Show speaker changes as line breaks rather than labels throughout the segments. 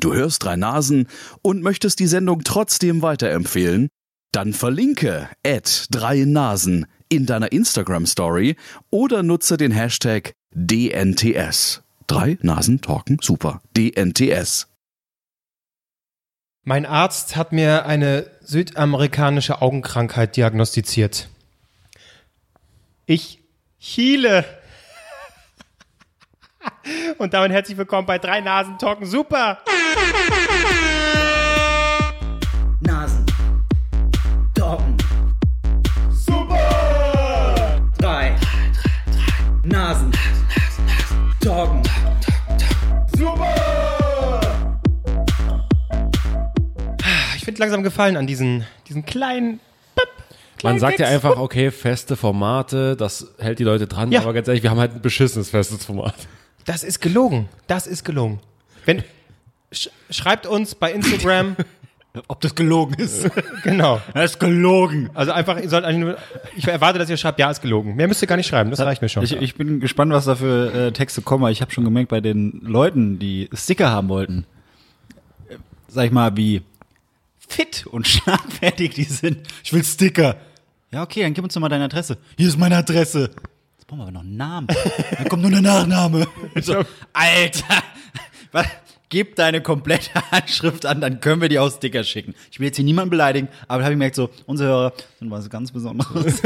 Du hörst drei Nasen und möchtest die Sendung trotzdem weiterempfehlen? Dann verlinke at drei Nasen in deiner Instagram Story oder nutze den Hashtag DNTS. Drei Nasen talken super. DNTS.
Mein Arzt hat mir eine südamerikanische Augenkrankheit diagnostiziert. Ich hiele. Und damit herzlich willkommen bei drei Nasen talken super.
Nasen. Doggen. Super! Drei. Nasen. Doggen.
Ich finde langsam Gefallen an diesen, diesen kleinen.
Man sagt ja
Gags.
einfach, okay, feste Formate, das hält die Leute dran,
Ja.
aber ganz ehrlich, wir haben halt ein beschissenes festes Format.
Das ist gelungen. Das ist gelungen. Wenn, sch schreibt uns bei Instagram.
Ob das gelogen ist.
genau.
Das ist gelogen.
Also einfach, ihr sollt eigentlich nur, ich erwarte, dass ihr schreibt, ja, ist gelogen. Mehr müsst ihr gar nicht schreiben, das reicht mir schon.
Ich, ich bin gespannt, was da für äh, Texte kommen. Ich habe schon gemerkt, bei den Leuten, die Sticker haben wollten, äh, sag ich mal, wie fit und schlagfertig die sind. Ich will Sticker. Ja, okay, dann gib uns doch mal deine Adresse. Hier ist meine Adresse. Jetzt brauchen wir aber noch einen Namen. Dann kommt nur der Nachname. So, Alter, was? gib deine komplette Handschrift an, dann können wir die auch Sticker schicken. Ich will jetzt hier niemanden beleidigen, aber da habe ich gemerkt, so, unsere Hörer sind was ganz Besonderes.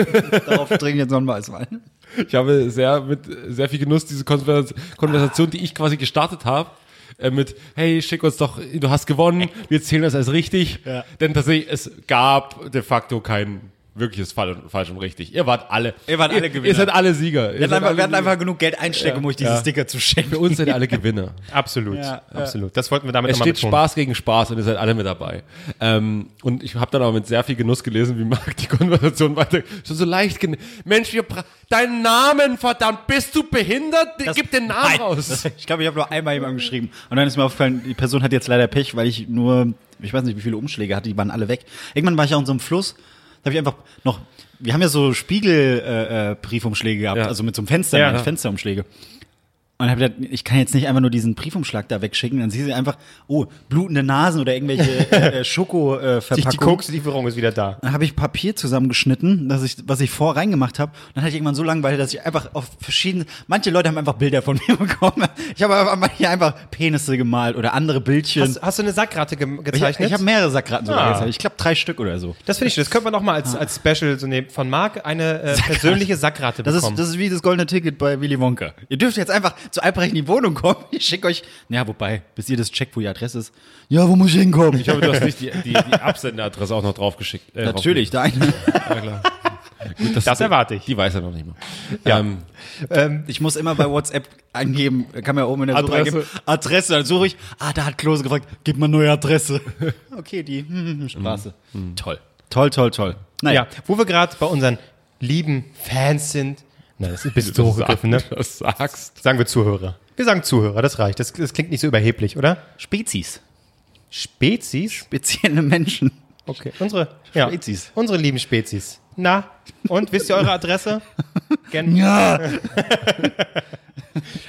Darauf dringen jetzt noch ein Weißwein.
Ich habe sehr mit sehr viel Genuss diese Konver- Konversation, die ich quasi gestartet habe, äh, mit hey, schick uns doch, du hast gewonnen, wir zählen das als richtig. Denn tatsächlich, es gab de facto kein wirkliches Fall und falsch und richtig. Ihr wart alle.
Ihr wart alle
Ihr
Gewinner.
seid alle Sieger. Ihr
Wir hatten,
seid
einfach, wir
alle
hatten
Sieger.
einfach genug Geld einstecken, um euch diese
Ja.
Sticker zu
für
schenken.
uns seid ihr alle Gewinner.
absolut,
Ja,
absolut. Das wollten wir damit
Es
nochmal
steht
betonen.
Spaß gegen Spaß und ihr seid alle mit dabei. Ähm, und ich habe dann aber mit sehr viel Genuss gelesen, wie Marc die Konversation weiter. So, so leicht. gen- Mensch, wir pra- deinen Namen, verdammt, bist du behindert? Gib den Namen
Nein.
raus.
Ich glaube, ich habe nur einmal jemandem geschrieben. Und dann ist mir aufgefallen, die Person hat jetzt leider Pech, weil ich nur, ich weiß nicht, wie viele Umschläge hatte, die waren alle weg. Irgendwann war ich auch in so einem Fluss, da habe ich einfach noch, wir haben ja so Spiegel-Briefumschläge äh, Briefumschläge gehabt,
Ja.
also mit so einem Fenster,
Ja,
meine
ja.
Fensterumschläge. Und habe gedacht, ich kann jetzt nicht einfach nur diesen Briefumschlag da wegschicken, dann siehst du einfach, oh, blutende Nasen oder irgendwelche äh,
Die, die
Schoko-Verpackungen.
Koks-Lieferung ist wieder da.
Dann habe ich Papier zusammengeschnitten, dass ich, was ich vor reingemacht habe. Und Dann hatte ich irgendwann so Langeweile, dass ich einfach auf verschiedene. Manche Leute haben einfach Bilder von mir bekommen. Ich habe einfach, hier einfach Penisse gemalt oder andere Bildchen.
Hast, hast du eine Sackratte ge
ich
gezeichnet?
ich habe mehrere Sackratten sogar
Ah.
gezeichnet. Ich glaube drei Stück oder so.
das finde ich schön. Das können wir nochmal als, als Special so nehmen. Von Marc eine äh, persönliche Sackratte
Das ist,
bekommen.
das ist wie das goldene Ticket bei Willy Wonka. Ihr dürft jetzt einfach zu Albrecht in die Wohnung kommen. Ich schicke euch. Ja, wobei, bis ihr das checkt, wo die Adresse ist. Ja, wo muss ich hinkommen?
Ich hoffe, du hast nicht die, die, die Absenderadresse auch noch draufgeschickt. Äh,
Natürlich, da eine.
draufgeschickt. Gut, das,
Das erwarte ich.
Die weiß er noch nicht mal. Ähm,
Ich muss immer bei WhatsApp angeben, kann man ja oben in der Suche
Adresse.
eingeben, Adresse, dann suche ich, ah, da hat Klose gefragt, gib mal neue Adresse. Okay, die hm, hm, Straße. Toll. Toll, toll, toll. Naja.
ja, wo wir gerade bei unseren lieben Fans sind. Nein, das ist ein bisschen zu hochgegriffen, ne?
Das sagst.
Sagen wir Zuhörer. Wir sagen Zuhörer, das reicht. Das, das klingt nicht so überheblich, oder?
Spezies.
Spezies?
Spezielle Menschen.
Okay. Unsere ja,
Spezies.
Unsere lieben Spezies. Na, und wisst ihr eure Adresse? Gen
Ja.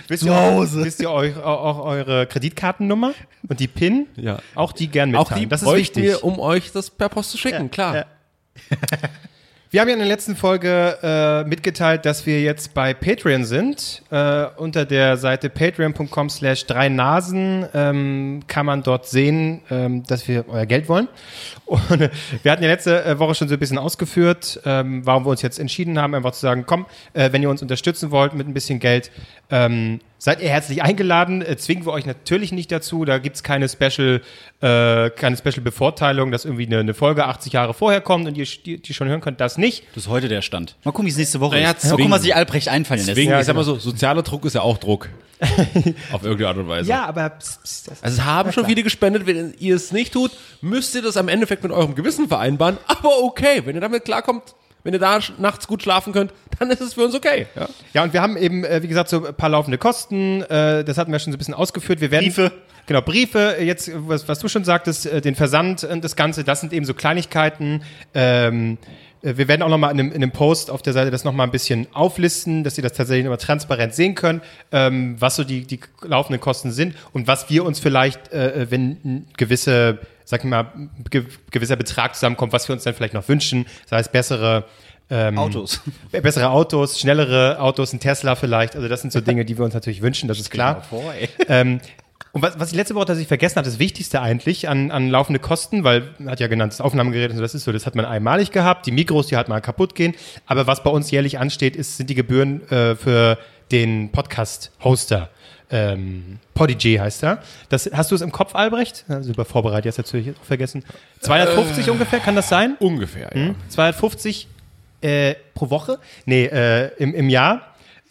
wisst,
zu
ihr, eu-
Hause.
wisst ihr euch, auch eure Kreditkartennummer und die PIN?
Ja.
Auch die gern mitteilen.
Auch die
das ist
bräuchten
wichtig.
wir, um euch das per Post zu schicken, klar.
ja. Wir haben ja in der letzten Folge äh, mitgeteilt, dass wir jetzt bei Patreon sind. Äh, unter der Seite patreon.com slash drei Nasen ähm, kann man dort sehen, ähm, dass wir euer Geld wollen. Und äh, wir hatten ja letzte äh, Woche schon so ein bisschen ausgeführt, ähm, warum wir uns jetzt entschieden haben, einfach zu sagen, komm, äh, wenn ihr uns unterstützen wollt mit ein bisschen Geld, ähm, seid ihr herzlich eingeladen. Äh, zwingen wir euch natürlich nicht dazu. Da gibt's keine Special, äh, keine Special Bevorteilung, dass irgendwie eine, eine Folge 80 Jahre vorher kommt und ihr sch- die, die schon hören könnt. Das nicht.
Das ist heute der Stand. Mal gucken, wie es nächste Woche
Naja,
ist. Mal gucken,
zwingen.
was sich Albrecht einfallen lässt.
Deswegen,
Ja,
ich sag mal so, sozialer Druck ist ja auch Druck. Auf irgendeine Art und Weise.
aber pss, pss, das
Also es haben schon viele gespendet, wenn ihr es nicht tut, müsst ihr das am Endeffekt mit eurem Gewissen vereinbaren. Aber okay, wenn ihr damit klarkommt, wenn ihr da sch- nachts gut schlafen könnt, dann ist es für uns okay. Ja.
Ja, und wir haben eben, äh, wie gesagt, so ein paar laufende Kosten. Äh, das hatten wir schon so ein bisschen ausgeführt. Wir werden,
Briefe.
Genau, Briefe. äh, Jetzt, äh, was, was du schon sagtest, äh, den Versand und das Ganze, das sind eben so Kleinigkeiten. Ähm, äh, wir werden auch nochmal in einem, in einem Post auf der Seite das nochmal ein bisschen auflisten, dass ihr das tatsächlich nochmal transparent sehen könnt, ähm, was so die, die laufenden Kosten sind und was wir uns vielleicht, äh, äh, wenn ein gewisse, sag ich mal, ein ge gewisser Betrag zusammenkommt, was wir uns dann vielleicht noch wünschen, sei es bessere
Autos.
Be- bessere Autos, schnellere Autos, ein Tesla vielleicht. Also das sind so Dinge, die wir uns natürlich wünschen, das ist klar. Ähm, und was, was ich letzte Woche tatsächlich vergessen habe, das Wichtigste eigentlich an, an laufende Kosten, weil man hat ja genannt, das Aufnahmegerät und so, das ist so, das hat man einmalig gehabt, die Mikros, die halt mal kaputt gehen. Aber was bei uns jährlich ansteht, ist, sind die Gebühren äh, für den Podcast-Hoster. Ähm, Podigy heißt er. Das, hast du es im Kopf, Albrecht? Ja, Super vorbereitet, jetzt natürlich auch vergessen. 250 ungefähr, kann das sein?
Äh, Ungefähr, ja.
250 äh, pro Woche? Nee, äh, im, im Jahr.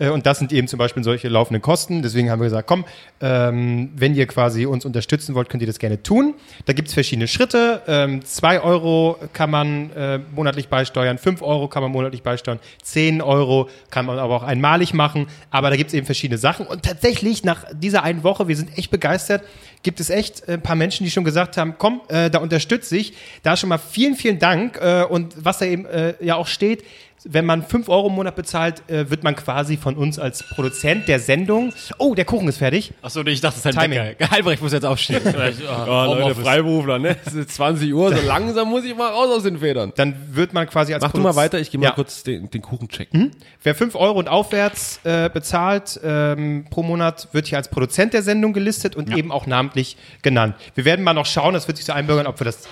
Äh, Und das sind eben zum Beispiel solche laufenden Kosten. Deswegen haben wir gesagt, komm, ähm, wenn ihr quasi uns unterstützen wollt, könnt ihr das gerne tun. Da gibt's verschiedene Schritte. Ähm, 2 Euro kann man äh, monatlich beisteuern, 5 Euro kann man monatlich beisteuern, 10 Euro kann man aber auch einmalig machen. Aber da gibt's eben verschiedene Sachen. Und tatsächlich, nach dieser einen Woche, wir sind echt begeistert, gibt es echt äh, ein paar Menschen, die schon gesagt haben, komm, äh, da unterstütze ich. Da schon mal vielen, vielen Dank. Äh, und was da eben äh, ja auch steht, wenn man 5 Euro im Monat bezahlt, äh, wird man quasi von uns als Produzent der Sendung. Oh, der Kuchen ist fertig.
Achso, nee, ich dachte, es ist ein
Timing.
Wecker. Albrecht muss jetzt aufstehen.
Ah, Leute,
Homeoffice.
Freiberufler, ne? Es ist 20 Uhr, so langsam muss ich mal raus aus den Federn.
Dann wird man quasi als
Mach du mal
Produz-
weiter, ich gehe mal
Ja.
kurz den, den Kuchen checken.
Wer 5 Euro und aufwärts äh, bezahlt ähm, pro Monat, wird hier als Produzent der Sendung gelistet und eben auch namentlich genannt. Wir werden mal noch schauen, das wird sich so einbürgern, ob wir das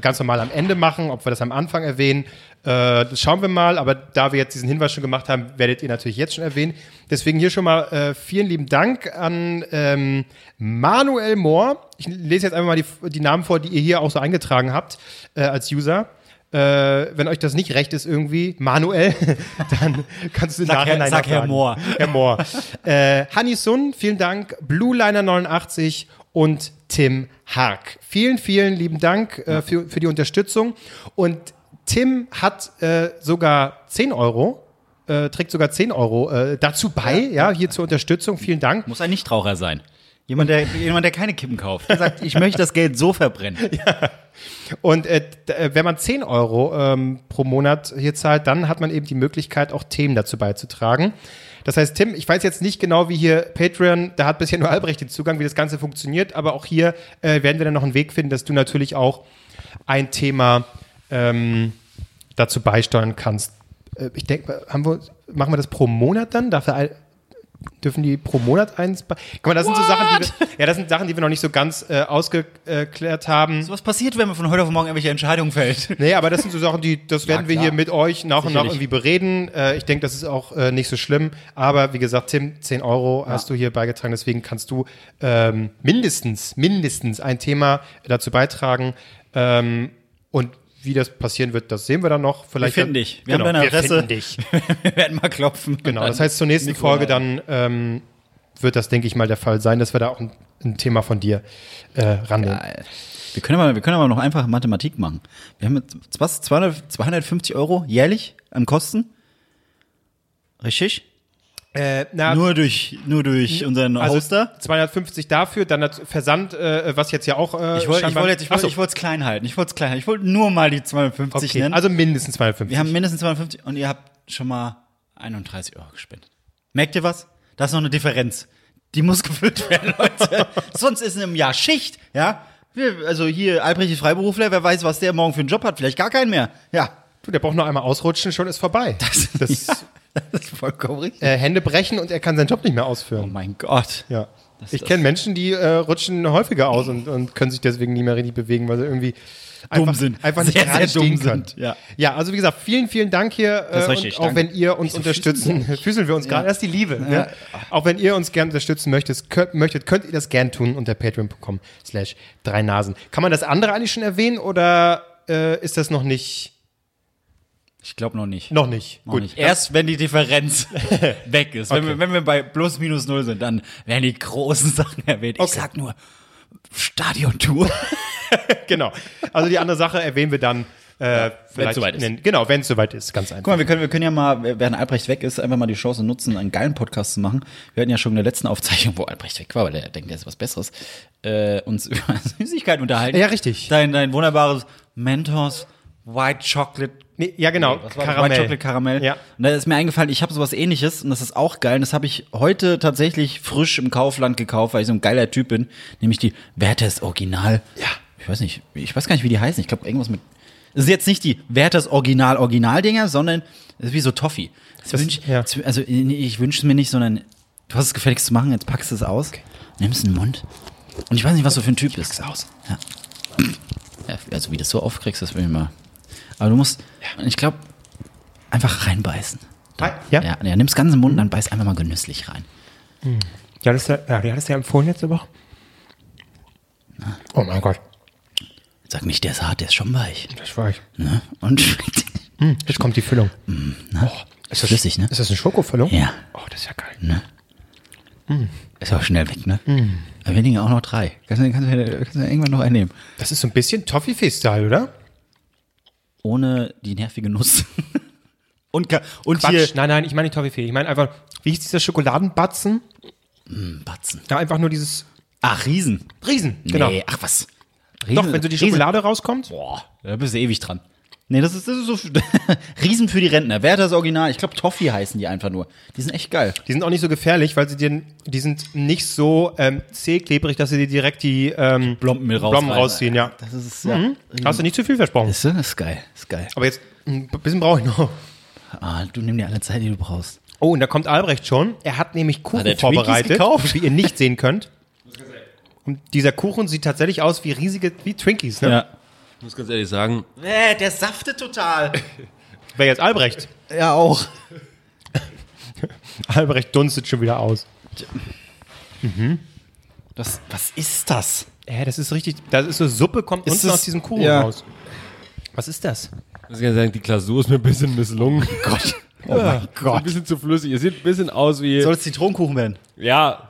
ganz normal am Ende machen, ob wir das am Anfang erwähnen. Äh, das schauen wir mal, aber da wir jetzt diesen Hinweis schon gemacht haben, werdet ihr natürlich jetzt schon erwähnen. Deswegen hier schon mal äh, vielen lieben Dank an ähm, Manuel Mohr. Ich lese jetzt einfach mal die, die Namen vor, die ihr hier auch so eingetragen habt äh, als User. Äh, wenn euch das nicht recht ist irgendwie, Manuel, dann kannst du
Sag Herr-
nachher
sag Herr Mohr.
Herr Mohr. äh, Hanni Sun, vielen Dank. Blue Liner 89 und Tim Hark. Vielen, vielen lieben Dank äh, für, für die Unterstützung. Und Tim hat äh, sogar 10 Euro, äh, trägt sogar 10 Euro äh, dazu bei, ja, hier zur Unterstützung. Vielen Dank.
Muss ein Nichtraucher sein. Jemand der, jemand, der keine Kippen kauft. Der sagt, ich möchte das Geld so verbrennen.
Und äh, d- äh, wenn man 10 Euro ähm, pro Monat hier zahlt, dann hat man eben die Möglichkeit, auch Themen dazu beizutragen. Das heißt, Tim, ich weiß jetzt nicht genau, wie hier Patreon, da hat bisher nur Albrecht den Zugang, wie das Ganze funktioniert, aber auch hier äh, werden wir dann noch einen Weg finden, dass du natürlich auch ein Thema ähm, dazu beisteuern kannst. Äh, ich denke, haben wir, machen wir das pro Monat dann? Darf er ein, dürfen die pro Monat eins? be- Guck mal, das sind so Sachen, die wir, ja, das sind Sachen, die wir noch nicht so ganz äh, ausgeklärt haben.
Was passiert, wenn man von heute auf morgen irgendwelche Entscheidungen fällt?
Nee, aber das sind so Sachen, die, das werden wir
klar.
hier mit euch nach und nach
Sicherlich.
irgendwie bereden. Äh, ich denke, das ist auch äh, nicht so schlimm. Aber wie gesagt, Tim, 10 Euro hast du hier beigetragen. Deswegen kannst du ähm, mindestens, mindestens ein Thema dazu beitragen. Ähm, und wie das passieren wird, das sehen wir dann noch. Vielleicht
finden
dann-
dich. Wir haben deine Adresse.
Wir finden dich.
Wir werden mal klopfen.
Genau, das heißt, zur nächsten Folge dann ähm, wird das, denke ich mal, der Fall sein, dass wir da auch ein, ein Thema von dir äh, rannehmen.
Wir können aber, wir können aber noch einfach Mathematik machen. Wir haben jetzt was, 200, 250 Euro jährlich an Kosten. Richtig?
Äh, na,
nur durch, nur durch unseren
Also
Hoster.
250 dafür, dann das Versand, äh, was jetzt ja auch. Äh,
Ich wollte, ich
scheinbar-
wollte jetzt, ich wollte,
Ach so,
ich wollte es klein halten. Ich wollte es klein halten. Ich wollte nur mal die 250
okay.
nennen.
Also mindestens 250.
wir haben mindestens 250 und ihr habt schon mal 31 Euro gespendet. Merkt ihr was? Da ist noch eine Differenz. Die muss gefüllt werden, Leute. Sonst ist in einem Jahr Schicht, ja? Wir, also hier, Albrecht ist Freiberufler, wer weiß, was der morgen für einen Job hat. Vielleicht gar keinen mehr. Ja.
Du, der braucht nur einmal ausrutschen, schon ist vorbei. Das,
Das ist vollkommen richtig.
äh, Hände brechen und er kann seinen Job nicht mehr ausführen.
oh mein Gott.
ja.
Das-
Ich
das-
kenne Menschen, die äh, rutschen häufiger aus und, und können sich deswegen nicht mehr richtig bewegen, weil sie irgendwie
Dumm
einfach,
sind.
einfach nicht
Sehr, sehr
gerade stehen
dumm
können.
sind, ja.
ja, also wie gesagt, vielen, vielen Dank hier.
Das ist
äh,
richtig,
und auch
danke.
wenn ihr uns unterstützen, füßeln wir uns gerade. Das ist die Liebe. Ne? Auch wenn ihr uns gerne unterstützen möchtet, könnt, möchtet, könnt ihr das gern tun unter patreon.com slash drei Nasen. Kann man das andere eigentlich schon erwähnen oder äh, ist das noch nicht?
Ich glaube noch nicht.
Noch nicht.
Noch nicht. Erst wenn die Differenz weg ist. Wenn, wir, wenn wir bei plus minus null sind, dann werden die großen Sachen erwähnt. Ich sag nur Stadiontour.
Genau. Also die andere Sache erwähnen wir dann Äh, vielleicht
soweit ist.
einen- Genau, wenn es soweit ist, ganz einfach.
Guck mal, wir können, wir können ja mal, während Albrecht weg ist, einfach mal die Chance nutzen, einen geilen Podcast zu machen. Wir hatten ja schon in der letzten Aufzeichnung, wo Albrecht weg war, weil er denkt, er ist was Besseres, äh, uns über Süßigkeiten unterhalten.
Ja, richtig.
Dein, dein wunderbares Mentos White Chocolate.
Nee, ja, genau,
Was war das?
Karamell.
White Chocolate Karamell.
Ja.
Und da ist mir eingefallen, ich habe sowas ähnliches und das ist auch geil. Und das habe ich heute tatsächlich frisch im Kaufland gekauft, weil ich so ein geiler Typ bin. Nämlich die Werther's Original. Ja. Ich weiß nicht, ich weiß gar nicht, wie die heißen. Ich glaube, irgendwas mit. Das ist jetzt nicht die Werthers Original Original-Dinger, sondern das ist wie so Toffee. Das wünsch,
ja.
das- Also nee, ich wünsche es mir nicht, sondern du hast es gefälligst zu machen, jetzt packst du es aus, nimmst einen Mund. Und ich weiß nicht, was du für ein Typ bist. aus. Ja. Ja, also wie du das so aufkriegst, das will ich mal. Aber du musst, und ich glaube, einfach reinbeißen.
Ja?
Ja, ja nimm's ganz im Mund und dann beiß einfach mal genüsslich rein.
Ja, das, äh, ja, die hat es ja empfohlen letzte Woche. Oh mein Gott,
Sag nicht, der ist hart, der ist schon weich.
das war ich.
Ne? Und schmeckt
Hm, Jetzt kommt die Füllung.
ist flüssig, ne?
Ist das eine Schokofüllung?
Ja.
Oh, das ist ja geil.
Ist auch schnell weg, ne?
Hm.
Aber wir liegen ja auch noch drei. Kannst du, kannst, du, kannst du irgendwann noch einnehmen.
Das ist so ein bisschen Toffee-Fee-Style, oder?
Ohne die nervige Nuss. und Ka- und
Quatsch, nein, nein, ich meine nicht Toffee-Fee. Ich meine einfach, wie hieß dieser Schokoladenbatzen?
hier Batzen.
Da einfach nur dieses
Ach, Riesen.
Riesen. Genau.
Nee, ach was.
Doch, wenn so die Schokolade rauskommt.
Boah, da bist du ewig dran. Nee, das ist, das ist so. Riesen für die Rentner. Wer hat das Original? Ich glaube, Toffee heißen die einfach nur. Die sind echt geil.
Die sind auch nicht so gefährlich, weil sie dir, die sind nicht so ähm, zähklebrig, dass sie dir direkt die ähm,
Blomben mit
Blommen rausziehen, ja.
Das ist, ja.
Mhm.
Hast du nicht zu viel versprochen.
Weißt du, das ist geil. Das ist geil.
Aber jetzt, hm, ein bisschen brauche ich noch.
Ah, du nimm dir alle Zeit, die du brauchst.
Oh, und da kommt Albrecht schon. Er hat nämlich Kuchen
Hat er Twinkies
vorbereitet,
gekauft?
wie ihr nicht sehen könnt. Und dieser Kuchen sieht tatsächlich aus wie riesige, wie Twinkies, ne?
Ich muss ganz ehrlich sagen,
Äh, der saftet total.
Wer jetzt Albrecht?
Ja, auch.
Albrecht dunstet schon wieder aus.
Das, was ist das?
Äh, das ist richtig, das ist so Suppe kommt
Ist
unten
das-
aus diesem Kuchen
ja.
raus. Was ist das?
ich muss ganz sagen, die Klausur ist mir ein bisschen misslungen. Gott.
Oh mein
Ein bisschen zu flüssig. Es sieht ein bisschen aus wie.
Soll es Zitronenkuchen werden?
ja,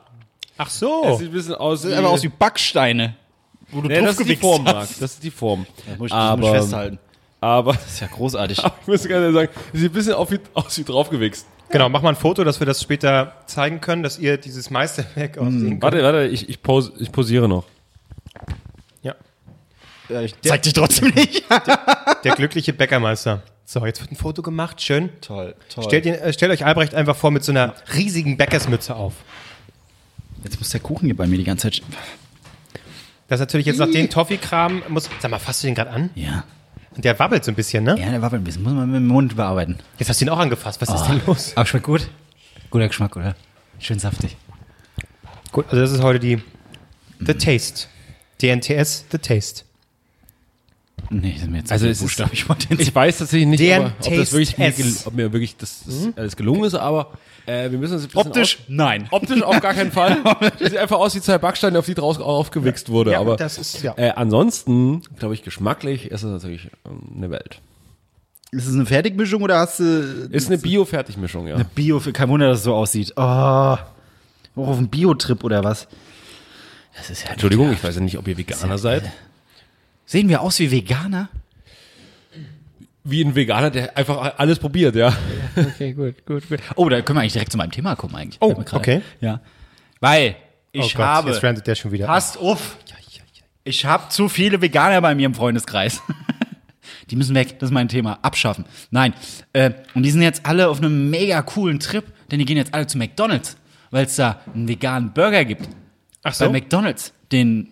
Ach
es
so.
sieht ein bisschen aus wie.
Sieht einfach aus wie Backsteine. Wo du
nee, das ist die
draufgewichst
Form,
hast.
Marc. Das ist die Form.
Das muss ich, das muss
aber,
ich festhalten.
aber
Das ist ja großartig.
ich muss ganz ehrlich sagen, es sieht ein bisschen auf wie, aus wie draufgewichst.
Genau, mach mal ein Foto, dass wir das später zeigen können, dass ihr dieses Meisterwerk auch
Hm,
sehen könnt.
Warte, warte, ich, ich, pose, ich posiere noch.
Ja.
Ja, ich zeig dich trotzdem nicht.
Der glückliche Bäckermeister. So, jetzt wird ein Foto gemacht, schön.
Toll, toll.
Stellt, ihr, äh, stellt euch Albrecht einfach vor mit so einer riesigen Bäckersmütze auf.
Jetzt muss der Kuchen hier bei mir die ganze Zeit.
Das ist natürlich jetzt nach dem Toffee-Kram muss. Sag mal, fasst du den gerade an?
Ja.
Und der wabbelt so ein bisschen, ne?
Ja, der wabbelt ein bisschen. Muss man mit dem Mund bearbeiten.
Jetzt hast du ihn auch angefasst. Was ist
Oh.
denn los?
Aber schmeckt gut. Guter Geschmack, oder? Schön saftig.
Gut, also das ist heute die The
Mm.
Taste. DNTS, The Taste. Oh
Nee, das ist mir jetzt
Also
ein
es ist-
Buchstabe. Ich wollte jetzt.
Ich weiß tatsächlich nicht,
Deren
aber, ob, das wirklich mir,
Taste
gel-
S.
ob mir wirklich das, das alles gelungen ist, aber äh, wir müssen uns ein bisschen
Optisch?
aus-
Nein.
Mhm. Optisch auf gar keinen Fall. Sieht einfach aus wie zwei Backsteine, auf die draus aufgewichst wurde.
Ja,
aber
das ist- ja.
äh, ansonsten, glaube ich, geschmacklich ist es natürlich ähm, eine Welt.
Ist es eine Fertigmischung oder hast du
Ist eine Bio-Fertigmischung, ja.
Bio? Kein Wunder, dass es so aussieht. Oh, auch auf einen Bio-Trip oder was? Das ist ja.
Entschuldigung, ich weiß ja nicht, ob ihr Veganer seid.
Sehen wir aus wie Veganer?
Wie ein Veganer, der einfach alles probiert, ja.
Oh, da können wir eigentlich direkt zu meinem Thema kommen eigentlich.
Oh,
Fällt mir gerade
okay.
ein. Ja. Weil ich habe.
jetzt rantet der schon wieder. Ah.
Passt auf. Ich habe zu viele Veganer bei mir im Freundeskreis. Die müssen weg, das ist mein Thema. Abschaffen. Nein. Äh, und die sind jetzt alle auf einem mega coolen Trip, denn die gehen jetzt alle zu McDonalds, weil es da einen veganen Burger gibt.
Ach
Bei McDonalds, den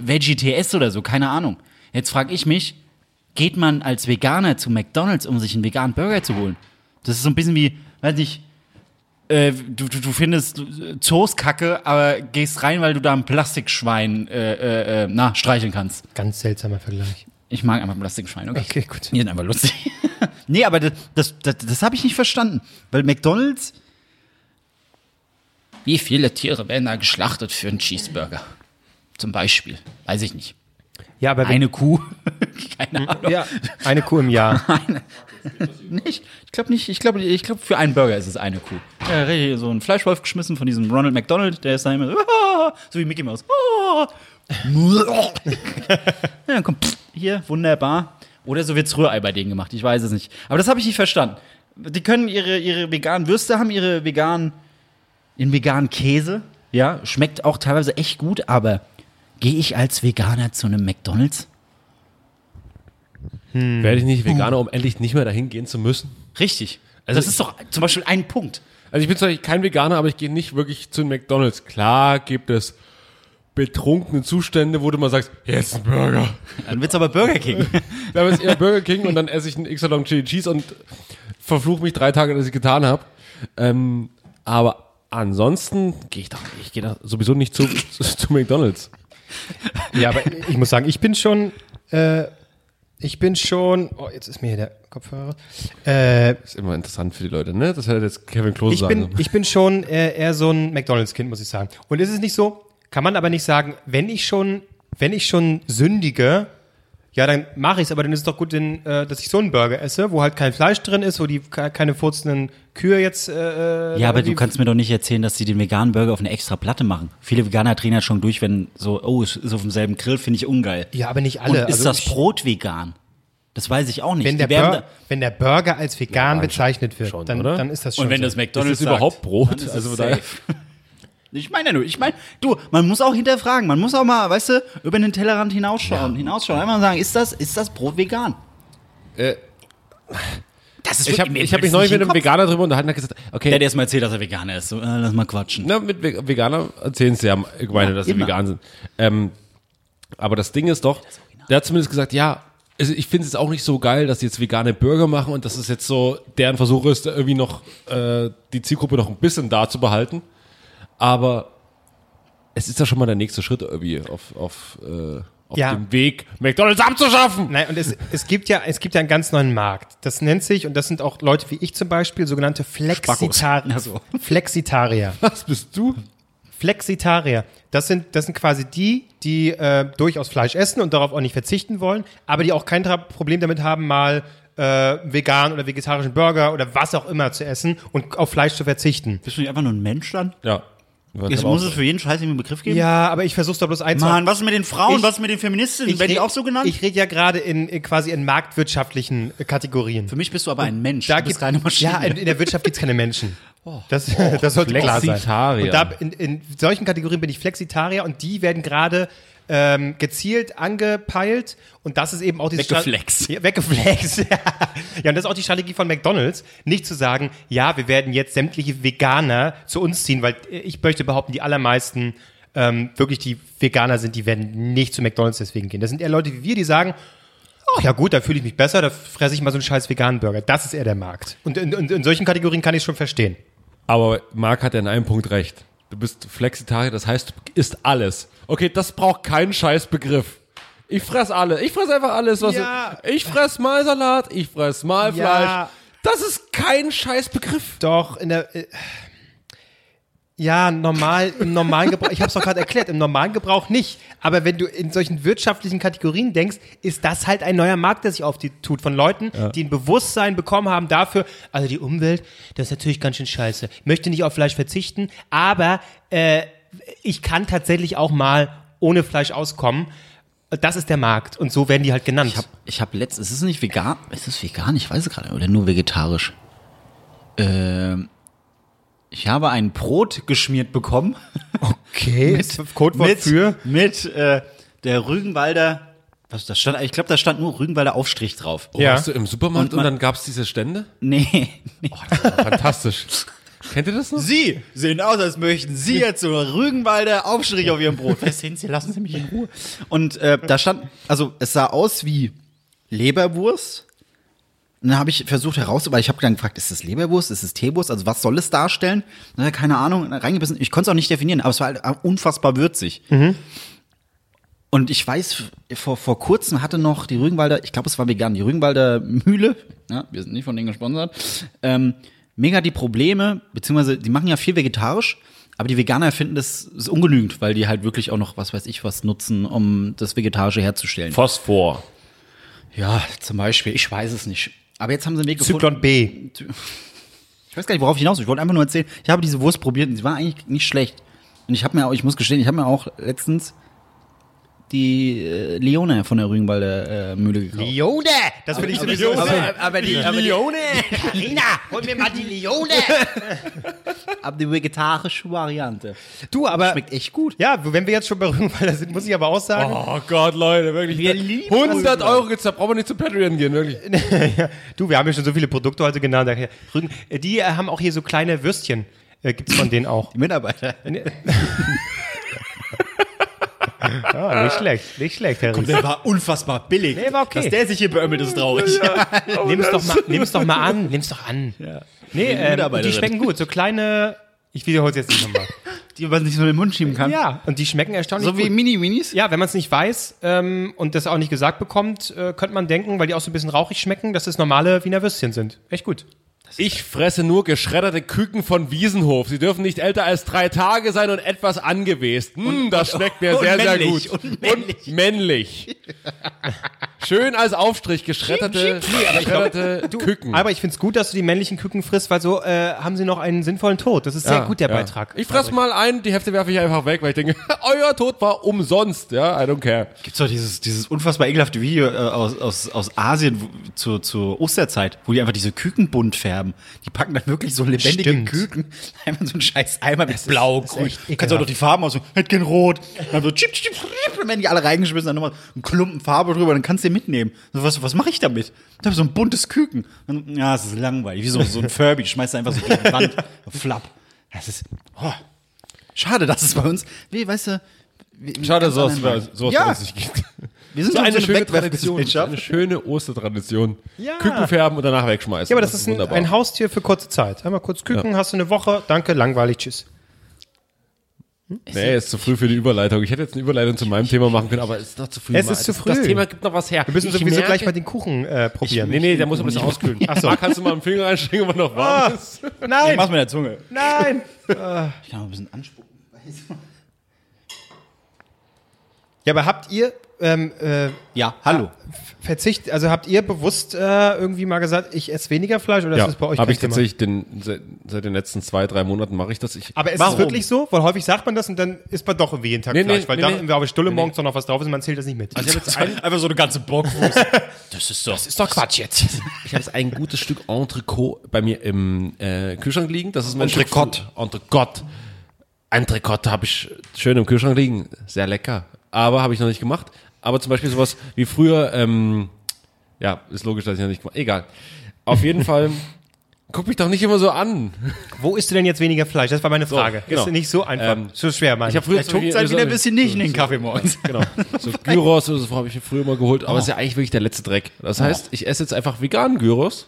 Veggie TS oder so, keine Ahnung. Jetzt frage ich mich, geht man als Veganer zu McDonalds, um sich einen veganen Burger zu holen? Das ist so ein bisschen wie, weiß nicht, äh, du, du, du findest Zoos kacke, aber gehst rein, weil du da ein Plastikschwein äh, äh, äh, na, streicheln kannst.
Ganz seltsamer Vergleich.
Ich mag einfach Plastikschwein, okay.
Okay, gut.
Die sind einfach lustig. nee, aber das, das, das, das habe ich nicht verstanden. Weil McDonalds. Wie viele Tiere werden da geschlachtet für einen Cheeseburger? Zum Beispiel. Weiß ich nicht.
Ja, aber
Eine Kuh? Keine Ahnung.
Hm? ja, eine Kuh im Jahr.
Nicht? Ich glaube nicht. Ich glaube, ich glaub, für einen Burger ist es eine Kuh. Ja, richtig, so ein Fleischwolf geschmissen von diesem Ronald McDonald, der ist da immer so, "Ah", so wie Mickey Mouse. "Ah". ja, dann kommt pst, hier, wunderbar. Oder so wird's Rührei bei denen gemacht. Ich weiß es nicht. Aber das habe ich nicht verstanden. Die können ihre, ihre veganen Würste haben, ihre veganen, ihren veganen Käse. Ja, schmeckt auch teilweise echt gut, aber gehe ich als Veganer zu einem McDonalds?
Werde ich nicht Veganer, um endlich nicht mehr dahin gehen zu müssen?
Mhm. Richtig.
Also
Also das
ich-
ist doch zum Beispiel ein Punkt.
Also ich bin zwar kein Veganer, aber ich gehe nicht wirklich zu den McDonalds. Klar gibt es betrunkene Zustände, wo du mal sagst, jetzt ein Burger.
Dann wird's aber Burger King.
Da ist eher Burger King und dann esse ich einen XY Chili Cheese und verfluche mich drei Tage, dass ich getan habe. Ähm, aber ansonsten gehe ich doch, ich gehe da sowieso nicht zu, zu, zu McDonalds.
Ja, aber ich muss sagen, ich bin schon, äh, ich bin schon, oh, jetzt ist mir hier der Kopfhörer. Äh,
Ist immer interessant für die Leute, ne? Das hätte jetzt Kevin Klose
ich,
sagen
bin,
sollen.
ich bin schon äh, eher so ein McDonalds-Kind, muss ich sagen. Und ist es nicht so? Kann man aber nicht sagen, wenn ich schon, wenn ich schon sündige, ja, dann mache ich es, aber dann ist es doch gut, denn, äh, dass ich so einen Burger esse, wo halt kein Fleisch drin ist, wo die ke- keine furzenden Kühe jetzt. Äh,
Ja, aber
irgendwie-
du kannst mir doch nicht erzählen, dass sie den veganen Burger auf eine extra Platte machen. Viele Veganer drehen halt schon durch, wenn so, oh, es ist auf demselben Grill, finde ich ungeil.
Ja, aber nicht alle.
Und ist
Also
das
ich-
Brot vegan? Das weiß ich auch nicht.
wenn,
Die
der
werden
Bur- wenn der Burger als vegan bezeichnet wird,
schon,
dann,
oder?
dann ist das
da,
schon.
und wenn
so.
das McDonalds
Ist es überhaupt
sagt,
Brot?
dann ist
Also
es
da-
safe. Ich meine ja nur, ich meine, du, man muss auch hinterfragen, man muss auch mal, weißt du, über den Tellerrand hinausschauen, hinausschauen, einmal sagen, ist das, ist das Brot vegan? das ist
Ich habe
wirklich- mir
ich hab mich
blitzt
neulich
nicht
mit einem
in den Kopf.
Veganer drüber unterhalten, der hat gesagt, okay,
Der hat erstmal erzählt, dass er Veganer ist. So, äh, lass mal quatschen.
Na, mit Ve- Veganer erzählen sie ja ich meine, dass sie
immer.
vegan sind. Ähm, aber das Ding ist doch, der hat zumindest gesagt, ja, also ich finde es auch nicht so geil, dass sie jetzt vegane Burger machen und dass es jetzt so deren Versuch ist, irgendwie noch äh, die Zielgruppe noch ein bisschen da zu behalten. Aber es ist ja schon mal der nächste Schritt irgendwie auf, auf, äh, auf
Ja.
dem Weg, McDonalds abzuschaffen.
Nein, und es, es gibt ja, es gibt ja einen ganz neuen Markt. Das nennt sich, und das sind auch Leute wie ich zum Beispiel, sogenannte Flexitar
Also.
Flexitarier.
Was bist du?
Flexitarier. Das sind, das sind quasi die, die äh, durchaus Fleisch essen und darauf auch nicht verzichten wollen, aber die auch kein Tra- Problem damit haben, mal äh, vegan oder vegetarischen Burger oder was auch immer zu essen und auf Fleisch zu verzichten.
Bist du nicht einfach nur ein Mensch dann?
Ja. Was
Jetzt
aber auch
muss
so.
es für jeden Scheiß einen Begriff geben?
Ja, aber ich versuch's da bloß einzuordnen.
Mann, was ist mit den Frauen,
Ich-
was ist mit den Feministinnen? Werden die
red-
auch so genannt?
Ich rede ja gerade in, in quasi in marktwirtschaftlichen äh, Kategorien.
Für mich bist du aber ein Mensch,
Da
du bist
gibt-
keine Maschine. Oh.
Ja, in, in der Wirtschaft gibt's keine Menschen. Das, das sollte klar sein.
Flexitarier.
Und da, in, in solchen Kategorien bin ich Flexitarier und die werden gerade ähm, gezielt angepeilt und das ist eben auch diese
Weggeflext.
Stra- Ja, weggeflext. ja, und das ist auch die Strategie von McDonalds, nicht zu sagen, ja, wir werden jetzt sämtliche Veganer zu uns ziehen, weil äh, ich möchte behaupten, die allermeisten ähm, wirklich die Veganer sind, die werden nicht zu McDonalds deswegen gehen. Das sind eher Leute wie wir, die sagen, Ach ja gut, da fühle ich mich besser, da fresse ich mal so einen scheiß veganen Burger. Das ist eher der Markt. Und in, in, in solchen Kategorien kann ich es schon verstehen.
Aber Marc hat ja in einem Punkt recht. Du bist Flexitarier, das heißt, du isst alles. Okay, das braucht keinen scheiß Begriff. Ich fress alles. Ich fress einfach alles, was
Ja.
ich fress mal Salat, ich fress mal
Ja.
Fleisch. Das ist kein scheiß Begriff.
Doch, in der. Äh, ja, normal, im normalen Gebrauch, ich habe es doch gerade erklärt, im normalen Gebrauch nicht. Aber wenn du in solchen wirtschaftlichen Kategorien denkst, ist das halt ein neuer Markt, der sich auf die tut. Von Leuten, die ein Bewusstsein bekommen haben dafür, also die Umwelt, das ist natürlich ganz schön scheiße. Ich möchte nicht auf Fleisch verzichten, aber äh, ich kann tatsächlich auch mal ohne Fleisch auskommen. Das ist der Markt und so werden die halt genannt.
Ich habe ich hab letztens, ist es nicht vegan? Ist es vegan? Ich weiß es gerade. Oder nur vegetarisch? Ähm, ich habe ein Brot geschmiert bekommen.
okay, ist Codewort
mit,
für.
Mit äh, der Rügenwalder, was das stand? Ich glaube, da stand nur Rügenwalder Aufstrich drauf.
Ja.
Warst du im Supermarkt
Und
und,
man-
dann gab's diese Stände? Oh,
Nee.
Fantastisch. Kennt ihr das noch?
Sie sehen aus, als möchten Sie jetzt so Rügenwalder Aufstrich auf Ihrem Brot. Wer sind Sie? Lassen Sie mich in Ruhe. Und äh, da stand, also es sah aus wie Leberwurst. Und dann habe ich versucht herauszufinden, weil ich habe dann gefragt, ist das Leberwurst, ist es Teewurst, also was soll es darstellen? Und dann, keine Ahnung, und dann reingebissen. Ich konnte es auch nicht definieren, aber es war halt unfassbar würzig. Und ich weiß, vor, vor kurzem hatte noch die Rügenwalder, ich glaube, es war vegan, die Rügenwalder Mühle, ja, wir sind nicht von denen gesponsert, ähm, mega die Probleme, beziehungsweise die machen ja viel vegetarisch, aber die Veganer finden das ist ungenügend, weil die halt wirklich auch noch, was weiß ich, was nutzen, um das Vegetarische herzustellen.
Phosphor.
Ja, zum Beispiel, ich weiß es nicht. Aber jetzt haben sie einen Weg gefunden.
Zyklon B.
Ich weiß gar nicht, worauf ich hinaus will. Ich wollte einfach nur erzählen, ich habe diese Wurst probiert und sie war eigentlich nicht schlecht. Und ich habe mir auch, ich muss gestehen, ich habe mir auch letztens
die äh, Leone von der Rügenwalder äh, Mühle gekauft.
Lione! Das finde ich sowieso.
aber die, aber die,
Lione! Karina, hol mir mal die Lione!
aber die vegetarische Variante.
Du, aber.
Schmeckt echt gut.
Ja, wenn wir jetzt schon bei Rügenwalder sind, muss ich aber auch sagen,
Oh Gott, Leute, wirklich.
Wir lieben
100 Euro gibt's, da brauchen wir nicht zu Patreon gehen, wirklich.
Du, wir haben ja schon so viele Produkte heute genannt. daher Rügen, äh, die äh, haben auch hier so kleine Würstchen. Äh, gibt's von denen auch.
Die Mitarbeiter.
Ah, nicht schlecht, nicht schlecht, Herr Rügen.
Der war unfassbar billig.
Nee, war okay.
Dass der sich hier beömmelt, ist traurig.
Nimm's doch, mal, nimm's doch mal an, nimm's doch an. Nee, ähm, die
Mitarbeiterin.
schmecken gut. So kleine, ich wiederhole es jetzt nicht nochmal.
Die man sich so in den Mund schieben kann.
Ja, und die schmecken erstaunlich
So wie
gut.
Mini-Minis.
Ja, wenn man es nicht weiß ähm, und das auch nicht gesagt bekommt, äh, könnte man denken, weil die auch so ein bisschen rauchig schmecken, dass das normale Wiener Würstchen sind. Echt gut.
Hm. Ich fresse nur geschredderte Küken von Wiesenhof. Sie dürfen nicht älter als drei Tage sein und etwas angewest. Hm, das schmeckt mir
und
sehr, sehr
männlich,
gut. Und männlich. Schön als Aufstrich geschredderte, geschredderte Küken.
Aber ich finde es gut, dass du die männlichen Küken frisst, weil so äh, haben sie noch einen sinnvollen Tod. Das ist sehr
Ja,
gut, der
ja.
Beitrag. Also,
Ich fress mal ein, die Hefte werfe ich einfach weg, weil ich denke, euer Tod war umsonst. Ja, I don't care.
Gibt's doch dieses, dieses unfassbar ekelhafte Video äh, aus, aus, aus Asien wo, zur, zur Osterzeit, wo die einfach diese Küken bunt färben. Die packen dann wirklich so lebendige
Stimmt.
Küken einfach in so einen scheiß Eimer mit
blau,
blau, grün. Du kannst auch noch die Farben aus, hätte gern rot. Dann so chip, chip, chip, dann werden die alle reingeschmissen, dann nochmal einen Klumpen Farbe drüber, dann kannst du den mitnehmen. So, was was mache ich damit? Ich habe so ein buntes Küken. Dann, ja, es ist langweilig, wie so, so ein Furby, Die schmeißt du einfach so gegen die Wand. Flapp. Das ist, oh. Schade, dass es bei uns, wie, weißt du, wie-
Schade,
ganz
sowas,
anderen Wagen.
sowas
Ja.
bei uns nicht gibt.
Wir sind
So
schon
eine
so eine
schöne Tradition.
Wegwerfgesellschaft.
Eine schöne Ostertradition.
Ja.
Küken färben und danach wegschmeißen.
Ja, aber das, ist ein,
wunderbar.
ein Haustier für kurze Zeit. Einmal kurz Küken, hast du eine Woche, danke, langweilig, tschüss.
Nee, ist zu früh für die Überleitung. Ich hätte jetzt eine Überleitung zu meinem Thema machen können, aber es ist noch zu früh.
Es
Mal.
ist zu
Das-
früh.
Das Thema gibt noch was her.
Wir müssen
Ich
sowieso
merke-
gleich mal den Kuchen äh, probieren.
Nee, nee, der muss ein bisschen auskühlen. Achso. Da kannst du mal einen Finger einstecken, wenn noch
Ah,
warm ist.
Ich
Nein,
mach's mit der Zunge.
nein.
Ich kann mal ein bisschen anspucken.
Ja, aber habt ihr ähm, äh,
Ja, hallo.
Verzicht, also habt ihr bewusst äh, irgendwie mal gesagt, ich esse weniger Fleisch oder ist das bei euch
habe ich
kein Thema?
tatsächlich den, seit, seit den letzten zwei, drei Monaten mache ich das. Ich,
Aber ist es
Warum?
wirklich so? Weil häufig sagt man das und dann isst man doch irgendwie jeden Tag
Nee, nee,
Fleisch, weil
nee,
da
nee.
wir auf der Stulle
Nee, Also
morgens doch noch was drauf ist und man zählt das nicht mit.
Einfach so eine ganze Bockwurst. das ist doch.
ist doch Quatsch jetzt.
Ich habe jetzt ein gutes Stück Entrecot bei mir im äh, Kühlschrank liegen. Das ist mein
Entrecôte.
Stück- Entrecôte. Entrecôte habe ich schön im Kühlschrank liegen. Sehr lecker. Aber habe ich noch nicht gemacht. Aber zum Beispiel sowas wie früher, ähm, ja, ist logisch, dass ich noch nicht gemacht Egal. Auf jeden Fall, guck mich doch nicht immer so an.
Wo isst du denn jetzt weniger Fleisch? Das war meine Frage.
genau.
Ist nicht so einfach.
Ähm,
so schwer, Mann.
Ich habe früher zum Beispiel- so-
nicht in den Kaffee morgens.
Genau. So Gyros oder so habe ich mir früher mal geholt,
Ah.
aber ist ja eigentlich wirklich der letzte Dreck. Das heißt, ich esse jetzt einfach veganen Gyros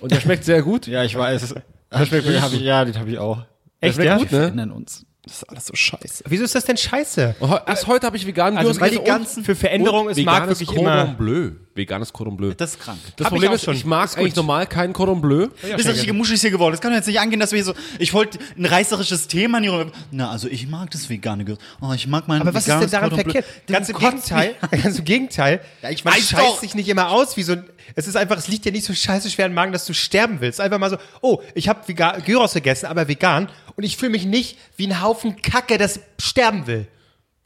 und der schmeckt sehr gut.
Ja, ich weiß. Das schmeckt hab ich, ja, den habe ich auch.
Echt,
der
ja?
schmeckt gut, ne?
Nennen uns. Das ist alles so scheiße.
Wieso ist das denn scheiße?
Und heu- Erst heute habe ich veganen
Also,
Gyros
weil die
gegessen und-
ganzen- für Veränderung
und
ist Marc
veganes
wirklich
Cordon
immer-
Bleu. Veganes Cordon Bleu. Das,
Das ist krank.
hab
Problem
ich auch
ist, Ah,
schon.
ich mag eigentlich normal kein Cordon Bleu.
Das ist richtige Muschis hier geworden. Das kann doch jetzt nicht angehen, dass wir hier so. Ich wollte ein reißerisches Thema in die Runde. Na, also ich mag das vegane Gürtel. Oh, ich mag meinen
Aber was ist denn
veganes
daran
Cordon Bleu.
verkehrt?
Den
Ganz im
kotzt
Gegenteil. Ganz im Gegenteil.
Ja, ich
man
weiß
scheißt
doch.
sich nicht immer aus wie so ein. Es ist einfach, es liegt dir nicht so scheiße schwer im Magen, dass du sterben willst. Einfach mal so, oh, ich habe Gyros gegessen, aber vegan. Und ich fühle mich nicht wie ein Haufen Kacke, das sterben will.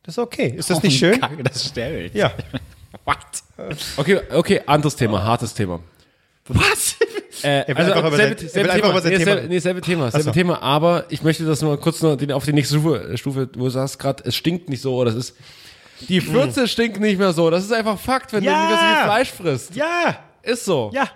Das ist okay. Ist das nicht schön?
Oh, Kacke, das stellt.
Ja.
Okay, okay, anderes Thema, hartes Thema.
Was?
Äh,
will einfach über sein- er will
selbe
einfach
Thema.
über sein
Nee,
Thema
selbe-
reden.
Nee, selbe Thema, selbe
so.
Thema, aber ich möchte das mal kurz noch den, auf die nächste Stufe, äh, Stufe wo du sagst gerade, es stinkt nicht so, oder es ist, die Fürze stinkt nicht mehr so, das ist einfach Fakt, wenn
Mhm. Ja.
du wieder so viel Fleisch frisst.
Ja.
Ist so.
Ja.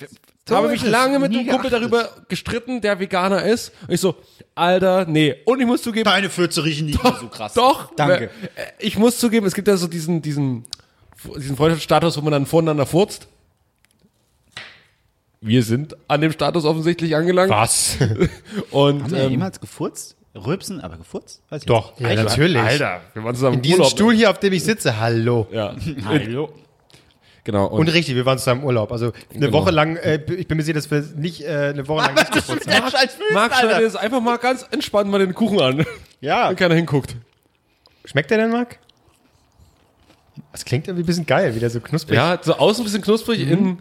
Ich habe mich
ist es.
lange mit
Nie
einem Kumpel darüber gestritten, der Veganer ist. Und ich so, Alter, nee. Und ich muss zugeben,
Deine Fürze riechen nicht mehr so krass.
doch.
Danke.
äh, Ich muss zugeben, es gibt ja so diesen, diesen, diesen Freundschaftsstatus, wo man dann voneinander furzt. Wir sind an dem Status offensichtlich angelangt.
Was?
Und
Haben wir
ähm,
jemals gefurzt? Rülpsen, aber gefurzt? Weiß ich
Doch. Ja, natürlich.
Alter, wir waren zusammen
In diesem
Urlaub.
Stuhl hier, auf dem ich sitze, hallo.
Ja,
nicht. Hallo.
genau. Und,
Und richtig, wir waren zusammen im Urlaub. Also eine
Genau.
Woche lang, äh, ich bin mir sicher, dass wir nicht äh, eine Woche lang nicht gefurzt haben.
Marc schneidet jetzt einfach mal ganz entspannt mal den Kuchen an.
Ja.
Wenn keiner hinguckt.
Schmeckt der denn, Marc? Das klingt irgendwie ein bisschen geil, wieder so knusprig.
Ja, so außen ein bisschen knusprig, innen.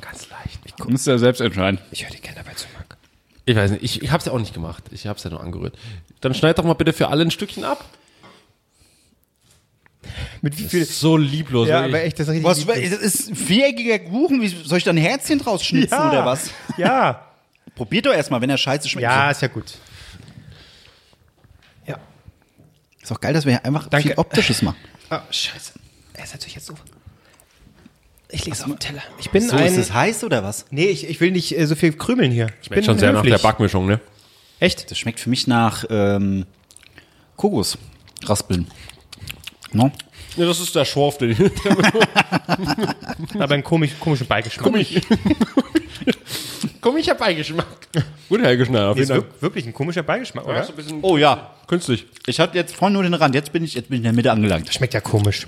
ganz leicht. Ich,
Musst du ja selbst entscheiden.
ich höre dir gerne dabei zu, Marc.
Ich weiß nicht, ich, ich hab's ja auch nicht gemacht. Ich hab's ja nur angerührt. Dann schneid doch mal bitte für alle ein Stückchen ab.
Mit wie viel.
So lieblos.
Ja,
wirklich.
aber echt, das ist richtig.
Was, das
eklig.
ist ein viereckiger Kuchen. Wie, soll ich da ein Herzchen draus schnitzen
ja.
oder was?
Ja.
Probiert doch erstmal, wenn er scheiße schmeckt.
Ja, ist ja gut. Ja.
Ist doch geil, dass wir hier einfach
Danke.
viel Optisches machen.
Ah, scheiße. Er ist natürlich jetzt so. Ich leg's auf den Teller. Ich bin
So,
ein.
ist es heiß oder was?
nee, ich, ich will nicht äh, so viel krümeln hier. Ich
Schmeckt schon sehr nach der Backmischung, ne?
Echt?
Das schmeckt für mich nach ähm, Kokos. Raspeln. No?
Ja, das ist der Schorf, den
Aber einen komisch, komischen Beigeschmack.
Gummig. Gummischer Beigeschmack. Gut, Helge Schneider, auf
Nee, ist
jeden Fall.
wirk- wirklich ein komischer Beigeschmack, oder?
Oh ja.
Künstlich.
Ich hatte jetzt vorhin nur den Rand. Jetzt bin ich, jetzt bin ich in der Mitte angelangt.
Schmeckt ja komisch.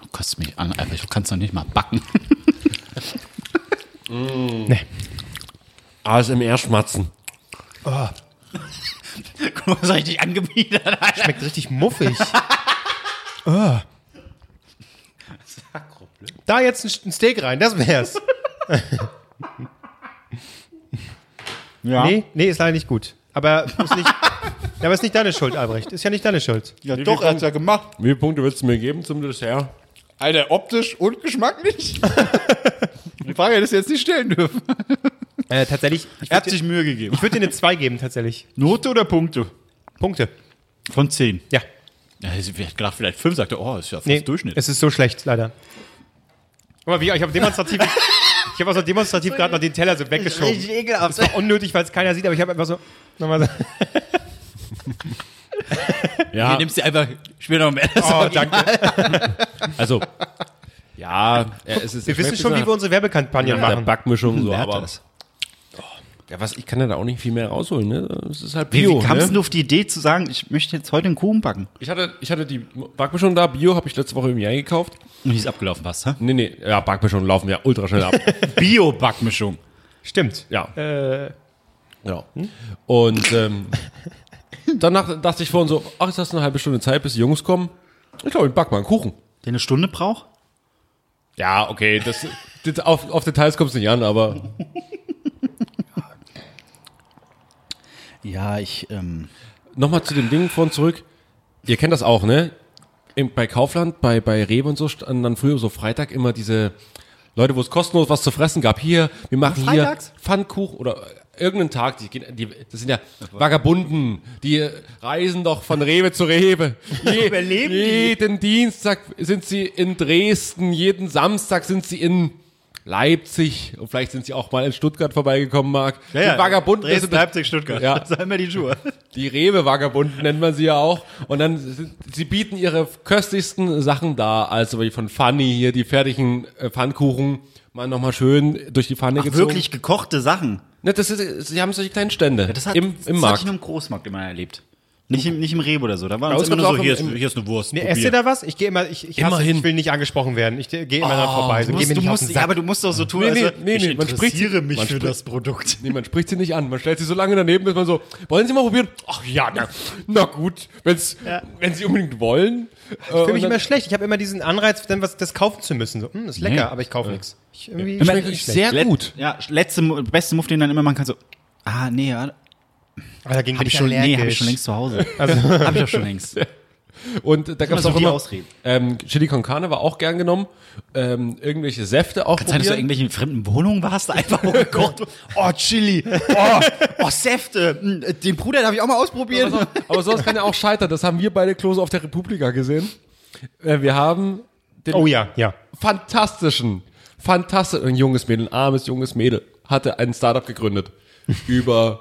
Du kotzt mich an, aber ich kann es doch nicht mal backen.
Nee.
ASMR-Schmatzen.
Guck mal, was hab ich dich angebietet Alter.
Schmeckt richtig muffig. Ah. Da jetzt ein, ein Steak rein, das wär's.
Ja.
Nee, nee, ist leider nicht gut. Aber ist nicht, Ja, aber ist nicht deine Schuld, Albrecht. Ist ja nicht deine Schuld.
ja doch, er hat's ja gemacht.
Wie viele Punkte würdest du mir geben zum Dessert?
Alter, optisch und geschmacklich. Die Frage hättest du jetzt nicht stellen dürfen.
Äh, tatsächlich, ich
Er hat
würde
sich Mühe gegeben.
würd dir eine 2 geben, tatsächlich.
Note oder Punkte?
Punkte.
Von 10.
Ja.
Ja, ich hätte gedacht, vielleicht 5, sagt er, oh, ist ja fast
Nee,
Durchschnitt.
es ist so schlecht, leider. Guck mal, wie, ich habe demonstrativ, ich habe also demonstrativ gerade noch den Teller so weggeschoben.
ekelhaft.
Das war unnötig, weil es keiner sieht, aber ich habe einfach so, nochmal so,
Ja,
nimmst dir einfach später noch mehr. Ah. Oh, danke.
also.
Ah,
Ja, äh, es ist.
wir wissen schon, wie wir unsere Werbekampagnen
nach der
machen.
Backmischung so,
Wer hat
aber.
das?
Ja, was, ich kann ja da auch nicht viel mehr rausholen, ne? Es ist halt
Wie,
Bio.
wie kamst
ne?
du auf die Idee zu sagen, ich möchte jetzt heute einen Kuchen backen?
Ich hatte, ich hatte die Backmischung da, Bio habe ich letzte Woche im Jahr gekauft.
Und die ist abgelaufen, was? hä?
Nee, nee, ja, Backmischung laufen ja ultra schnell ab.
Bio-Backmischung.
Stimmt.
ja.
Äh,
Ja. Und ähm, danach dachte ich vorhin so, ach, jetzt hast du eine halbe Stunde Zeit, bis die Jungs kommen. Ich glaube, ich back mal einen Kuchen.
Der eine Stunde braucht?
Ja, okay, das, das auf, auf Details kommt es nicht an, aber
Ja, ich, ähm,
nochmal zu dem Ding von zurück. Ihr kennt das auch, ne? Im, bei Kaufland, bei, bei Rewe und so standen dann früher so Freitag immer diese Leute, wo es kostenlos was zu fressen gab. Hier, wir machen hier
freitags?
Pfannkuchen oder irgendeinen Tag. Die, gehen- die, das sind ja Vagabunden. Die reisen doch von Rewe zu Rewe. Je,
Überleben die?
jeden Dienstag sind sie in Dresden, jeden Samstag sind sie in Leipzig und vielleicht sind sie auch mal in Stuttgart vorbeigekommen, Marc. die Vagabunden, das sind-
Stuttgart.
Ja.
Das sind immer die Schuhe.
die Rewe-Vagabunden nennt man sie ja auch. Und dann, sind- sie bieten ihre köstlichsten Sachen da. Also wie von Fanny hier, die fertigen äh, Pfannkuchen, mal nochmal schön durch die Pfanne
Ach,
gezogen.
wirklich gekochte Sachen.
Ne, das ist, sie haben solche kleinen Stände im, im
das hab ich
Markt.
nur im Großmarkt immer erlebt. Nicht im, nicht im Rewe oder so. Da war
Bei uns
uns immer
gab's
nur so,
auch
hier,
im-
ist, hier ist eine Wurst.
nee,
probier.
esst ihr da was? Ich gehe immer, ich, ich, hasse,
Immerhin.
ich will nicht angesprochen werden. Ich gehe immer dran vorbei. So,
Oh,
geh
du
mir
musst, du
nicht auf
musst
den
ja,
Sack.
aber du musst doch so tun,
Nee,
also,
nee, nee,
ich
nee, man spricht-
interessiere mich
man
für
spricht-
das Produkt.
Nee, man spricht sie nicht an. Man stellt sie so lange daneben, bis man so, wollen sie mal probieren? Ach ja, na, na gut, wenn's, wenn sie unbedingt wollen. Äh,
Ich fühle mich immer schlecht. Ich habe immer diesen Anreiz, dann was das kaufen zu müssen. So, hm, ist lecker, aber ich kaufe nichts. Ich irgendwie schmeckt nicht schlecht.
sehr
Let-
gut.
Ja, letzte, Mu- beste Muff, den dann immer man kann so, ah, nee, ja,
Aber dagegen
hab
bin
ich schon, nee, hab ich
allergisch.
schon längst zu Hause. Also, hab ich auch schon längst.
Und da gab es
so
auch
die
immer,
Ausreden.
ähm, Chili con Carne war auch gern genommen, ähm, irgendwelche Säfte auch
Kann sein, dass du in
probieren.
irgendwelchen fremden Wohnungen warst, einfach hochgekocht. Oh, Chili. Oh, oh Säfte. Hm, äh, Den Bruder darf ich auch mal ausprobieren.
Aber so- Aber sowas kann ja auch scheitern. Das haben wir beide Klose auf der Republika gesehen. Äh, Wir haben den
Oh ja, ja.
fantastischen, fantastischen, ein junges Mädel, ein armes junges Mädel, hatte ein Startup gegründet über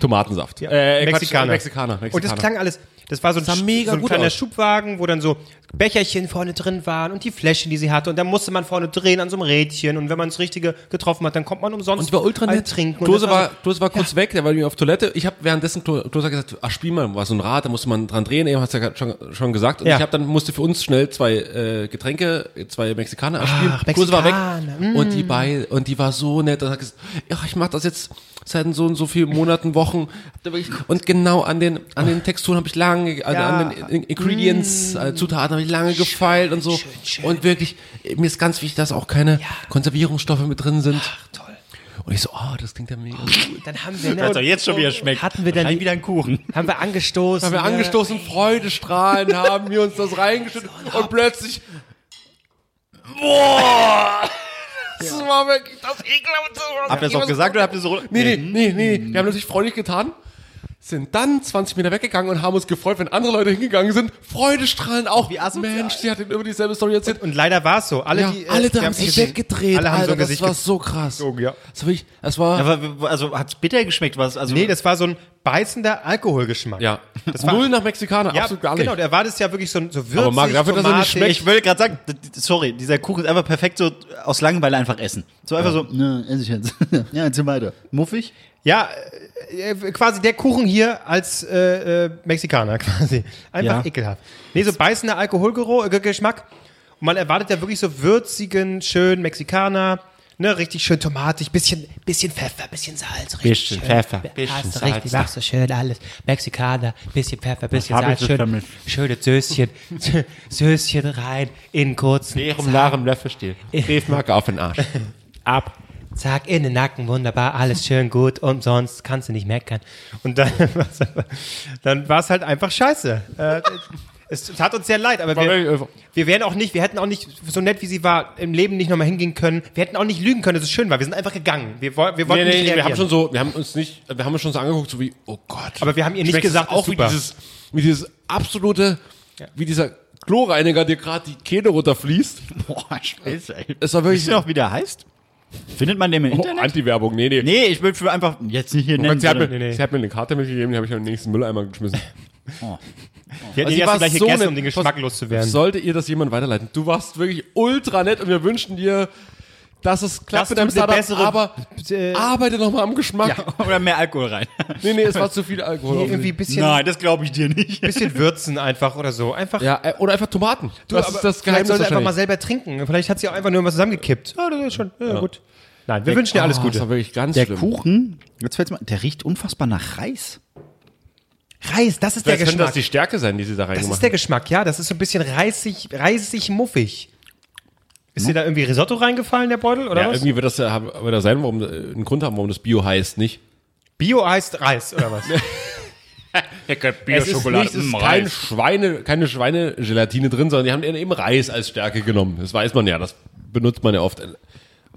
Tomatensaft. Äh, Quatsch,
Mexikaner.
Mexikaner. Mexikaner.
Und das klang alles, das war so ein,
sah
Sch-
mega
so ein
gut
kleiner
aus.
Schubwagen, wo dann so Becherchen vorne drin waren und die Fläschchen, die sie hatte. Und dann musste man vorne drehen an so einem Rädchen. Und wenn man das Richtige getroffen hat, dann kommt man umsonst
Und ich war ultra
ein
nett.
trinken. Und
Klose
das
war,
so-
Klose war kurz weg, der war irgendwie auf Toilette. Ich habe währenddessen Klo- Klose hat gesagt, ach spiel mal, war so ein Rad, da musste man dran drehen, eben hast du ja schon, schon gesagt. Und
Ja.
ich habe dann musste für uns schnell zwei äh, Getränke, äh, zwei Mexikaner abspielen.
Ach,
Klose war weg.
Mexikaner, mm.
Und die bei, und die war so nett und hat gesagt, ja, ich mache das jetzt seit so und so vielen Monaten, Wochen. Hab da wirklich- Und genau an den an den Texturen habe ich lange, ge- an,
Ja. Mm.
an den In- Ingredients, äh, Zutaten habe ich lange gefeilt und so. Und wirklich, äh, mir ist ganz wichtig, dass auch keine Konservierungsstoffe mit drin sind.
Toll.
Und ich so, oh, das klingt ja mega gut.
Dann haben wir,
Doch jetzt schon wieder schmeckt.
Hatten wir dann-
Wahrscheinlich wieder einen Kuchen.
haben wir angestoßen.
Haben wir
ne?
angestoßen, Freudestrahlen, haben wir uns das reingeschüttet und plötzlich. Boah! Das war wirklich das Ekelhafte.
Habt ihr das auch gesagt oder habt ihr so...
Nee, nee, nee, nee. Wir haben natürlich freundlich getan, sind dann 20 Meter weggegangen und haben uns gefreut, wenn andere Leute hingegangen sind. Freudestrahlen auch.
Wie asozial.
Mensch, die hat immer dieselbe Story erzählt.
Und leider war es so. Alle,
ja,
die, äh,
alle
die
da haben
haben's
sich
gesehen.
weggedreht.
Alle haben
Alter,
so ein
das
Gesicht
war
ge-
so krass.
Oh, ja.
Das war wirklich, das war.
Ja, wa- wa- also hat's bitter geschmeckt? Was, also,
Nee, das war so ein beißender Alkoholgeschmack.
ja.
Das war-
Null nach Mexikaner,
Ja,
absolut gar nicht.
genau, der war das ja wirklich so, ein- so würzig,
Aber Marc, dafür, dass er
tomatig.
nicht schmeckt,
ich wollte gerade sagen, d- d- sorry, dieser Kuchen ist einfach perfekt so aus Langeweile einfach essen. So einfach so, ne, esse ich jetzt. ja, jetzt weiter. Muffig?
Ja, äh, quasi der Kuchen hier als äh, äh, Mexikaner quasi. Einfach
Ja.
ekelhaft. Nee, so beißender Alkoholgeschmack. Und man erwartet ja wirklich so würzigen, schönen Mexikaner. Ne, richtig schön tomatig, bisschen, bisschen Pfeffer, bisschen Salz, richtig bisschen schön. Pfeffer, bisschen Hast du richtig, machst du schön alles. Mexikaner, bisschen Pfeffer, bisschen
hab ich
Salz,
jetzt
schön,
damit?
schönes Söschen, Söschen rein, in kurzen
Leerem, larem Löffelstiel. Briefmarke auf den Arsch.
ab. Zack, in den Nacken, wunderbar, alles schön gut, umsonst, kannst du nicht meckern. Und dann, war's aber- dann war es halt einfach scheiße. Äh, es tat uns sehr leid, aber
äh,
wir, wir wären auch nicht, wir hätten auch nicht, so nett wie sie war, im Leben nicht nochmal hingehen können. Wir hätten auch nicht lügen können, dass es schön war. Wir sind einfach gegangen. Wir, woll- wir
Nee,
wollten
nee,
nicht
nee, wir
reagieren.
haben schon so, wir haben uns nicht, wir haben uns schon so angeguckt, so wie, oh Gott.
Aber wir haben ihr nicht
Schmeckt es
gesagt,
auch
ist
wie
super.
dieses, wie dieses absolute, wie dieser Chlorreiniger, dir gerade die Kehle runterfließt.
Boah, scheiße, ey.
Es war wirklich
Wisst ihr noch, wie der heißt? Findet man den im
oh,
Internet?
Anti-Werbung, nee, nee.
Nee, ich würde für einfach jetzt nicht hier nennen.
Sie hat, mir,
sondern-
nee.
sie hat mir eine Karte mitgegeben, die habe ich in den nächsten Mülleimer geschmissen.
wir hätten
Also
die
sie war
erste gleich
so
gegessen,
nett.
um den
Pass-
Geschmack loszuwerden.
Sollte ihr das jemand weiterleiten? Du warst wirklich ultra nett und wir wünschen dir, dass es klappt
Dass
mit deinem
du eine bessere-
Startup, aber
äh,
arbeite nochmal am Geschmack.
Oder mehr Alkohol rein.
Nee, nee, es war zu viel Alkohol.
Irgendwie ein bisschen,
Nein, das glaube ich dir nicht.
bisschen würzen einfach oder so. Einfach
Ja, äh, oder einfach Tomaten.
Du,
das
aber
ist das
vielleicht
Geheimnis
soll sie einfach mal
wahrscheinlich.
selber trinken. Vielleicht hat sie auch einfach nur was zusammengekippt. Ja, das ist schon ja, gut. Nein, wir wünschen dir alles
Ah,
Gute.
Das war wirklich ganz
Der
schlimm.
Kuchen, jetzt fällt's mal, der riecht unfassbar nach Reis.
Reis, das ist der
Vielleicht könnte das
Geschmack.
die Stärke sein, die sie da
Das
reingemacht
ist der Geschmack, ja. Das ist so ein bisschen reisig, reisig muffig. Ist dir da irgendwie Risotto reingefallen, der Beutel, oder
Ja,
was?
irgendwie wird das, ja- wird das sein, warum, äh, einen Grund haben, warum das Bio heißt, nicht?
Bio heißt Reis, oder was?
Es ist, nicht, es ist kein Schweine, keine Schweinegelatine drin, sondern die haben eben Reis als Stärke genommen. Das weiß man ja, das benutzt man ja oft. äh,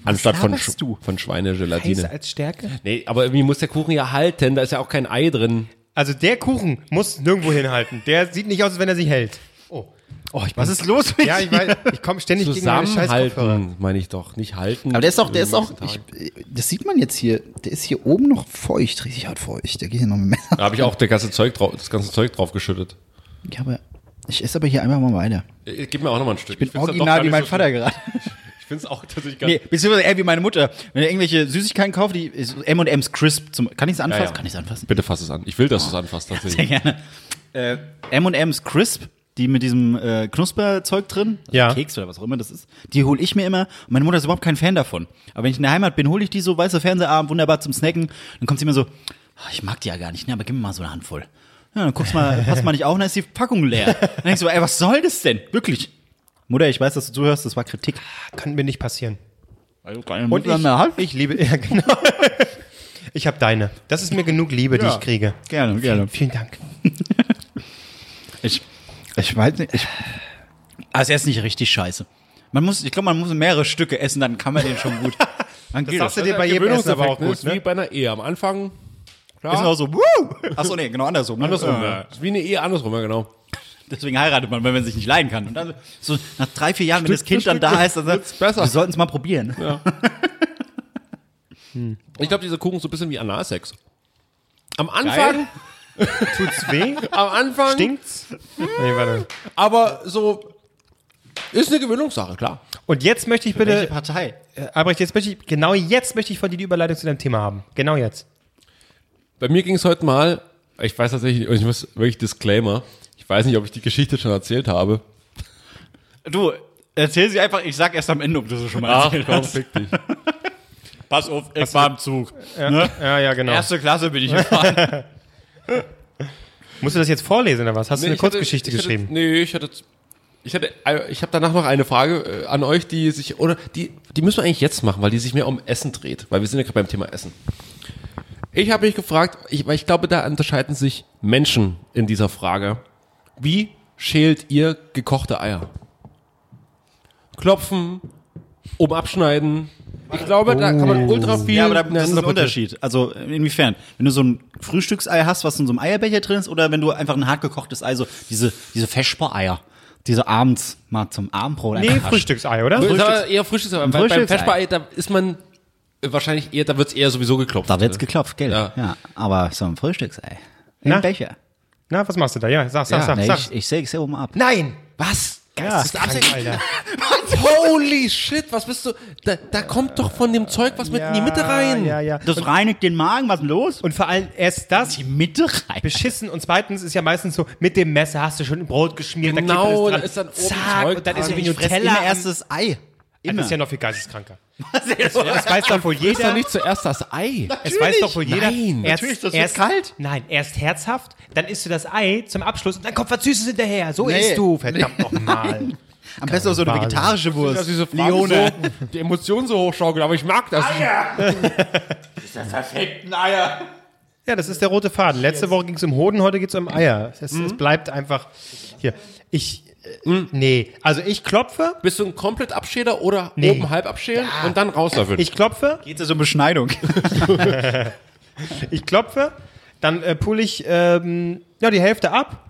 Anstatt von,
laberst
Sch
du?
von
Reis
Schweinegelatine.
als Stärke?
Nee, aber irgendwie muss der Kuchen ja halten, da ist ja auch kein Ei drin.
Also der Kuchen muss nirgendwo hinhalten. Der sieht nicht aus, als wenn er sich hält. Oh.
Oh, ich
Was ist los mit
Ja,
dir?
ich weiß, ich komme ständig gegen meine Scheißkopfhörer.
Zusammenhalten, meine ich doch, nicht halten.
Aber der ist auch, der ist auch,
Ich,
ich, äh, das sieht man jetzt hier, der ist hier oben noch feucht, richtig hart feucht. Der geht hier noch mit Messer.
da habe ich auch das ganze Zeug drauf, das ganze Zeug drauf geschüttet.
Ja, aber ich esse aber hier einmal mal weiter.
Äh, Gib mir auch nochmal ein Stück. Ich
bin
find's dann doch
original
gar
wie
nicht
mein
so
Vater
schlimm.
gerade.
Ich finde es auch tatsächlich gar
Nee, beziehungsweise eher wie meine Mutter. Wenn er irgendwelche Süßigkeiten kauft, die so M&M's Crisp zum, kann ich es anfassen?
Ja, ja.
Kann ich es anfassen? Oh.
Bitte fass es an. Ich will, dass du es anfasst, tatsächlich.
gerne. Äh, M&M's Crisp, die mit diesem äh, Knusperzeug drin, also
Ja.
Keks oder was auch immer das ist, die hole ich mir immer. Und meine Mutter ist überhaupt kein Fan davon. Aber wenn ich in der Heimat bin, hole ich die so, weißer Fernsehabend, wunderbar zum Snacken. Dann kommt sie immer so, "Ah, ich mag die ja gar nicht, ne, aber gib mir mal so eine Handvoll. Ja, dann guckst mal, passt mal nicht auf, und dann ist die Packung leer. Dann denkst du, ey, was soll das denn? Wirklich. Mutter, ich weiß, dass du zuhörst, das war Kritik.
Kann mir nicht passieren.
Und
ich- Ich liebe, ja genau. Ich habe deine. Das ist mir genug Liebe, die ich kriege.
Gerne, gerne.
Vielen Dank.
Ich, ich weiß nicht. Ich, also er ist nicht richtig scheiße. Man muss, ich glaube, man muss mehrere Stücke essen, dann kann man den schon gut. Dann geht
sagst
das.
du dir bei jedem Essen aber auch gut,
Ist wie
ne?
bei einer Ehe. Am Anfang, klar.
Ist auch so, wuh! Achso, nee, genau andersrum. ne?
andersrum.
Äh,
Ja. Ist wie eine Ehe andersrum, ja genau.
Deswegen heiratet man, wenn man sich nicht leiden kann. Und dann so nach drei, vier Jahren, wenn das Kind dann
für
da
Stück
ist, dann sagt,
wird's besser.
wir sollten es mal probieren.
Ich glaube, dieser Kuchen ist so ein bisschen wie Analsex. Am Anfang,
ne?
ne?
Tut's weh?
am Anfang,
Stinkt's? Nee, warte.
aber so ist eine Gewöhnungssache, klar.
Und jetzt möchte ich
Welche
bitte,
Partei?
äh, Albrecht, jetzt möchte ich, genau jetzt möchte ich von dir die Überleitung zu deinem Thema haben. Genau jetzt.
Bei mir ging es heute mal, ich weiß tatsächlich, und ich muss wirklich Disclaimer, ich weiß nicht, ob ich die Geschichte schon erzählt habe.
Du, erzähl sie einfach, ich sag erst am Ende, ob du sie schon mal erzählt hast.
Ah, fick dich.
Pass auf, ich war im Zug. ne?
Ja, ja, genau.
Erste Klasse bin ich gefahren.
Musst du das jetzt vorlesen oder was? Hast du
Nee,
eine
ich hatte-
Kurzgeschichte
ich hatte-
geschrieben?
Nee, ich hatte, Ich, hatte, äh, ich habe danach noch eine Frage äh, an euch, die sich, oder die, die müssen wir eigentlich jetzt machen, weil die sich mehr um Essen dreht, weil wir sind ja gerade beim Thema Essen. Ich habe mich gefragt, ich, weil ich glaube, da unterscheiden sich Menschen in dieser Frage. Wie schält ihr gekochte Eier? Klopfen, oben abschneiden. Ich glaube, da kann
Oh.
man ultra viel.
Ja, aber da, das ist ein
miteinander-
Unterschied. Also inwiefern? Wenn du so ein Frühstücksei hast, was in so einem Eierbecher drin ist, oder wenn du einfach ein hart gekochtes Ei, so diese, diese Feschbar-Eier, diese abends mal zum Abendbrot
Nee,
einfach hast.
Frühstücksei, oder?
Das ist aber eher Frühstücks, aber bei- beim
Frühstücksei.
Feschbar, da ist man äh, wahrscheinlich eher, da wird's eher sowieso geklopft.
Da wird's geklopft, gell?
Ja.
Ja. aber so ein Frühstücksei.
Na?
Im Becher.
Na, was machst du da? Ja, sag, sag,
Ja,
sag,
Na,
sag.
ich ich säge es ja oben ab.
Nein!
Was?
Ja,
Geisteskrank.
Alter.
Holy shit, was bist du? Da, da kommt doch von dem Zeug was mit in die Mitte rein.
Ja, ja.
Das reinigt den Magen, was ist denn los?
Und vor allem erst das
Mitte rein.
beschissen und zweitens ist ja meistens so, mit dem Messer hast du schon ein Brot geschmiert,
Genau,
da
da ist
klebt alles
dann
dran.
oben
Zack,
Zeug
und dann ist
dran.
irgendwie
Ich fress
Nutella
immer
am-
erst das Ei.
Das
Immer.
ist ja noch viel geisteskranker.
Was ist denn los?
Das weiß doch wohl
Ist doch
jeder.
nicht zuerst das Ei.
Es weiß doch wohl jeder.
Nein.
erst,
Natürlich, das wird
erst
kalt.
Nein, erst herzhaft, dann isst du das Ei zum Abschluss und dann kommt was Süßes hinterher. So
Nee.
isst du, verdammt nochmal.
Am besten auch so eine
Wahnsinn.
vegetarische Wurst.
Dass diese Frage so, die Emotionen so hochschaukeln, aber ich mag das.
Ja, das ist der rote Faden. Letzte Woche ging es um Hoden, heute geht es
Mhm.
um Eier. Es, es bleibt einfach hier. Ich, äh,
Mhm.
nee, also ich klopfe,
Bist du ein komplett Abschäler oder
Nee.
oben halb abschälen und dann rauslöffeln?
ich klopfe,
Geht's ja so um Beschneidung.
ich klopfe, dann äh, pull ich ähm, ja, die Hälfte ab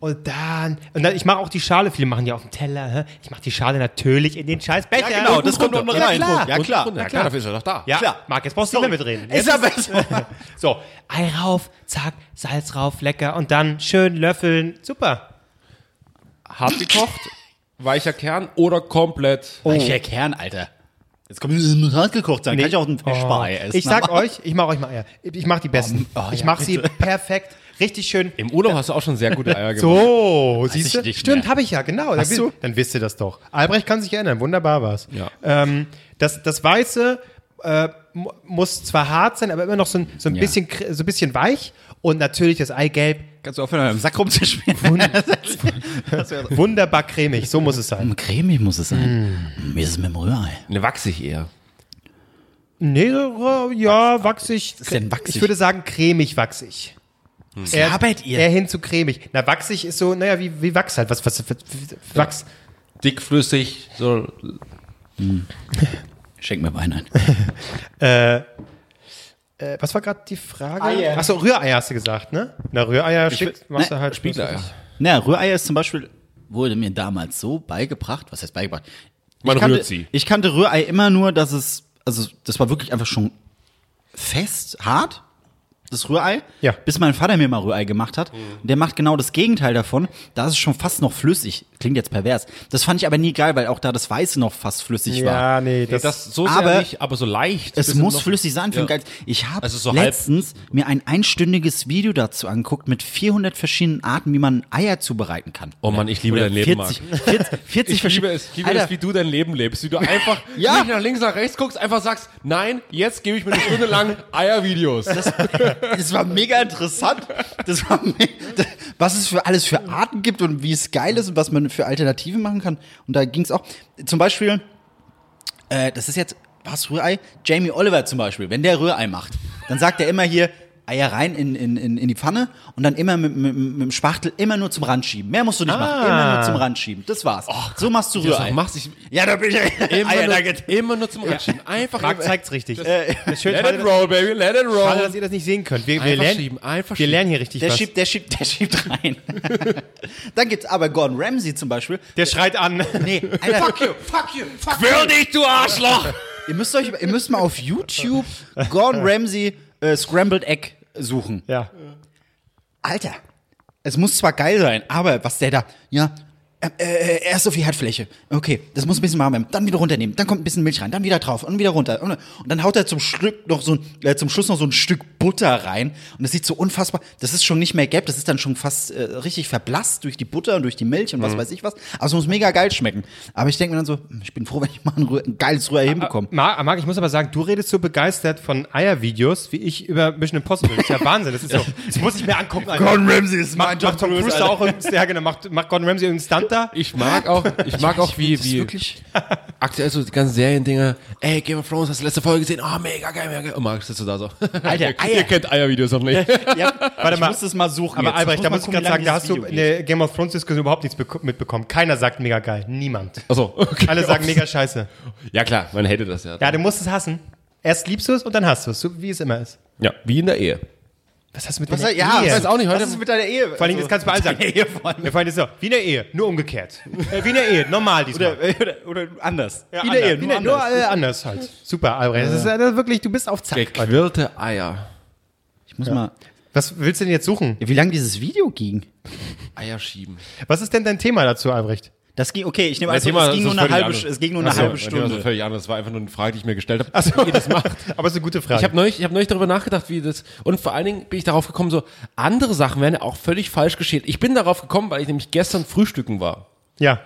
und dann, und dann ich mache auch die Schale, viele machen die auf dem Teller, hä? ich mache die Schale natürlich in den scheiß Becher.
genau, das kommt unten rein.
Ja, klar.
Ja, klar.
Ja, klar, dafür ist er doch da.
Ja,
Klar.
Marc, jetzt brauchst du nicht mehr mitreden. Jetzt
Ist aber so.
So, Ei rauf, zack, Salz rauf, lecker und dann schön löffeln. Super.
Hart gekocht, weicher Kern oder komplett.
Weicher Kern, Alter. Jetzt kommt es hart gekocht sein. Kann Oh. ich auch ein Feschbar-Ei essen.
Ich sag
Aber-
euch, ich mache euch mal Eier. Ich mache die besten.
Oh, oh,
ich
ja,
mache sie perfekt, richtig schön.
Im Urlaub hast du auch schon sehr gute Eier gemacht.
So, siehst du?
nicht
Stimmt,
mehr.
habe ich ja, genau. Dann, wi-
du?
dann wisst ihr das doch. Albrecht kann sich erinnern, wunderbar war's.
Ja.
Ähm, das, das Weiße äh, mu- muss zwar hart sein, aber immer noch so ein, so ein, bisschen, kr- so ein bisschen weich und natürlich das Eigelb
Kannst du aufhören, im Sack rumzuschmieren?
wunderbar cremig. So muss es sein.
Cremig muss es sein. Wie ist es mit dem Rührei?
Ne, wachsig eher.
Nee, so, äh, ja, wachsig.
ist denn wachsig?
Ich würde sagen, cremig wachsig. Was
labert ihr?
Eher hin zu cremig. Na, wachsig ist so, naja, wie, wie Wachs halt. Was, was, was Wachs.
Dickflüssig, so
Schenk mir Wein ein.
Äh, was war gerade die Frage? Eier. Achso, Rühreier hast du gesagt, ne? Na, Rühreier schick, machst du
ne,
halt.
Spiegeleier.
Na, Rührei ist zum Beispiel, wurde mir damals so beigebracht, was heißt beigebracht?
Man
ich kannte,
rührt sie.
Ich kannte Rührei immer nur, dass es, also das war wirklich einfach schon fest, hart, das Rührei.
Ja.
Bis mein Vater mir mal Rührei gemacht hat.
Mhm.
Und der macht genau das Gegenteil davon. Da ist es schon fast noch flüssig. Klingt jetzt pervers. Das fand ich aber nie geil, weil auch da das Weiße noch fast flüssig war.
Ja, nee, das,
Das so sehr
Aber
nicht, aber so leicht.
Es
Bisschen
muss
noch-
flüssig sein für
Ja.
ein geiles. Ich habe
Also so halb-
letztens mir ein einstündiges Video dazu angeguckt mit 400 verschiedenen Arten, wie man Eier zubereiten kann.
Oh Mann, ich liebe
Oder
dein Leben,
40,
Marc.
40, 40
Ich liebe es, ich liebe es, wie du dein Leben lebst, wie du einfach
Ja.
nicht nach links, nach rechts guckst, einfach sagst, nein, jetzt gebe ich mir eine Stunde lang Eiervideos.
Das war mega interessant. Das war me das, was es für alles für Arten gibt und wie es geil ist und was man für Alternativen machen kann. Und da ging es auch. Zum Beispiel, äh, das ist jetzt, was Rührei? Jamie Oliver zum Beispiel, wenn der Rührei macht, dann sagt er immer hier, Eier rein in, in, in, in die Pfanne und dann immer mit, mit, mit dem Spachtel immer nur zum Rand schieben. Mehr musst du nicht machen. Immer
Ah.
nur zum Rand schieben. Das war's. so machst du
das auch
Rührei.
machst, ich
ja, da bin ich.
immer,
Eier
nur,
nugget.
immer nur zum Anschieben. Einfach
Marc
immer-
zeigt's richtig. Das ist schön,
Let
schade,
it roll, baby, let it
schade,
roll.
dass ihr das nicht sehen könnt. Wir, wir,
Einfach
lernen,
schieben, einfach
wir
schieben.
lernen hier richtig
Der
was.
schiebt, der schiebt, der schiebt rein. Dann gibt's aber Gordon Ramsay zum Beispiel.
der schreit an.
Nee, Alter, fuck you,
Fuck you, fuck
Quirl dich, du Arschloch!
ihr müsst euch, ihr müsst mal auf YouTube Gordon Ramsay äh, Scrambled Egg suchen.
Ja.
Alter, es muss zwar geil sein, aber was der da, ja, äh, äh, erst auf die Herdfläche. Okay, das muss ein bisschen warm werden. Dann wieder runternehmen. Dann kommt ein bisschen Milch rein. Dann wieder drauf und wieder runter. Und, und dann haut er zum, Stück noch so ein, äh, zum Schluss noch so ein Stück Butter rein. Und das sieht so unfassbar. Das ist schon nicht mehr gelb. Das ist dann schon fast äh, richtig verblasst durch die Butter und durch die Milch und was weiß ich was. Also muss mega geil schmecken. Aber ich denke mir dann so, hm, ich bin froh, wenn ich mal ein, Rühr- ein geiles Rührei hinbekomme.
Marc, ah, Marc, ich muss aber sagen, du redest so begeistert von Eiervideos, wie ich über Mission Impossible. Das ist ja Wahnsinn. Das, ist so, das muss ich mir angucken. Alter.
Ramsay ist
Macht, macht Tom Cruise da auch einen, ja, genau, macht, macht Gordon Ramsay einen Stunt da.
Ich mag auch, ich mag auch wie, wie aktuell so die ganzen Seriendinger. Ey, Game of Thrones, hast du letzte Folge gesehen? Oh, mega geil, mega geil. Und Marc sitzt so da so.
Alter,
ihr,
Eier.
ihr kennt Eiervideos noch nicht.
Warte
ich
mal.
muss das mal suchen.
Aber
jetzt.
Albrecht, da
mal
muss ich
gucken,
gerade sagen,
wie lange
da
das
hast du
Video
in der Game of Thrones Diskussion überhaupt nichts beko- mitbekommen. Keiner sagt mega geil. Niemand.
Achso, okay.
Alle sagen mega scheiße.
Ja klar, man hätte das ja.
Ja, du musst es hassen. Erst liebst du es und dann hast du es, so wie es immer ist.
Ja, wie in der Ehe.
Was hast du mit
Was
deiner
soll- ja,
Ehe?
was-
weiß auch nicht, heute-
Was ist mit deiner Ehe?
Vor allem, das kannst du bei allen sagen.
Also Deine Ehe vor allem.
Ja, vor allem ist es so, wie in der Ehe, nur umgekehrt. Äh, wie in der Ehe, normal diesmal.
oder, äh, oder, oder anders.
Ja,
Wie in der Ehe,
anders. Wie in der- nur äh, anders halt. Super, Albrecht. Das ist äh, wirklich, du bist auf Zack.
Gequirlte Eier.
Ich muss mal.
Was willst du denn jetzt suchen?
Wie lange dieses Video ging?
Eier schieben.
Was ist denn dein Thema dazu, Albrecht?
Das ging, okay, ich nehme an,
Mein
es
Thema
ging
ist
nur eine
völlig
halbe,
anders.
Sch- es ging nur eine
Achso,
halbe
mein Thema ist
Stunde.
völlig anders. Das war einfach nur eine Frage, die ich mir gestellt habe.
Achso, das macht. Aber es ist eine gute Frage.
Ich habe neulich, ich hab neulich darüber nachgedacht, wie das. Und vor allen Dingen bin ich darauf gekommen, so andere Sachen wären ja auch völlig falsch geschält. Ich bin darauf gekommen, weil ich nämlich gestern frühstücken war.
ja.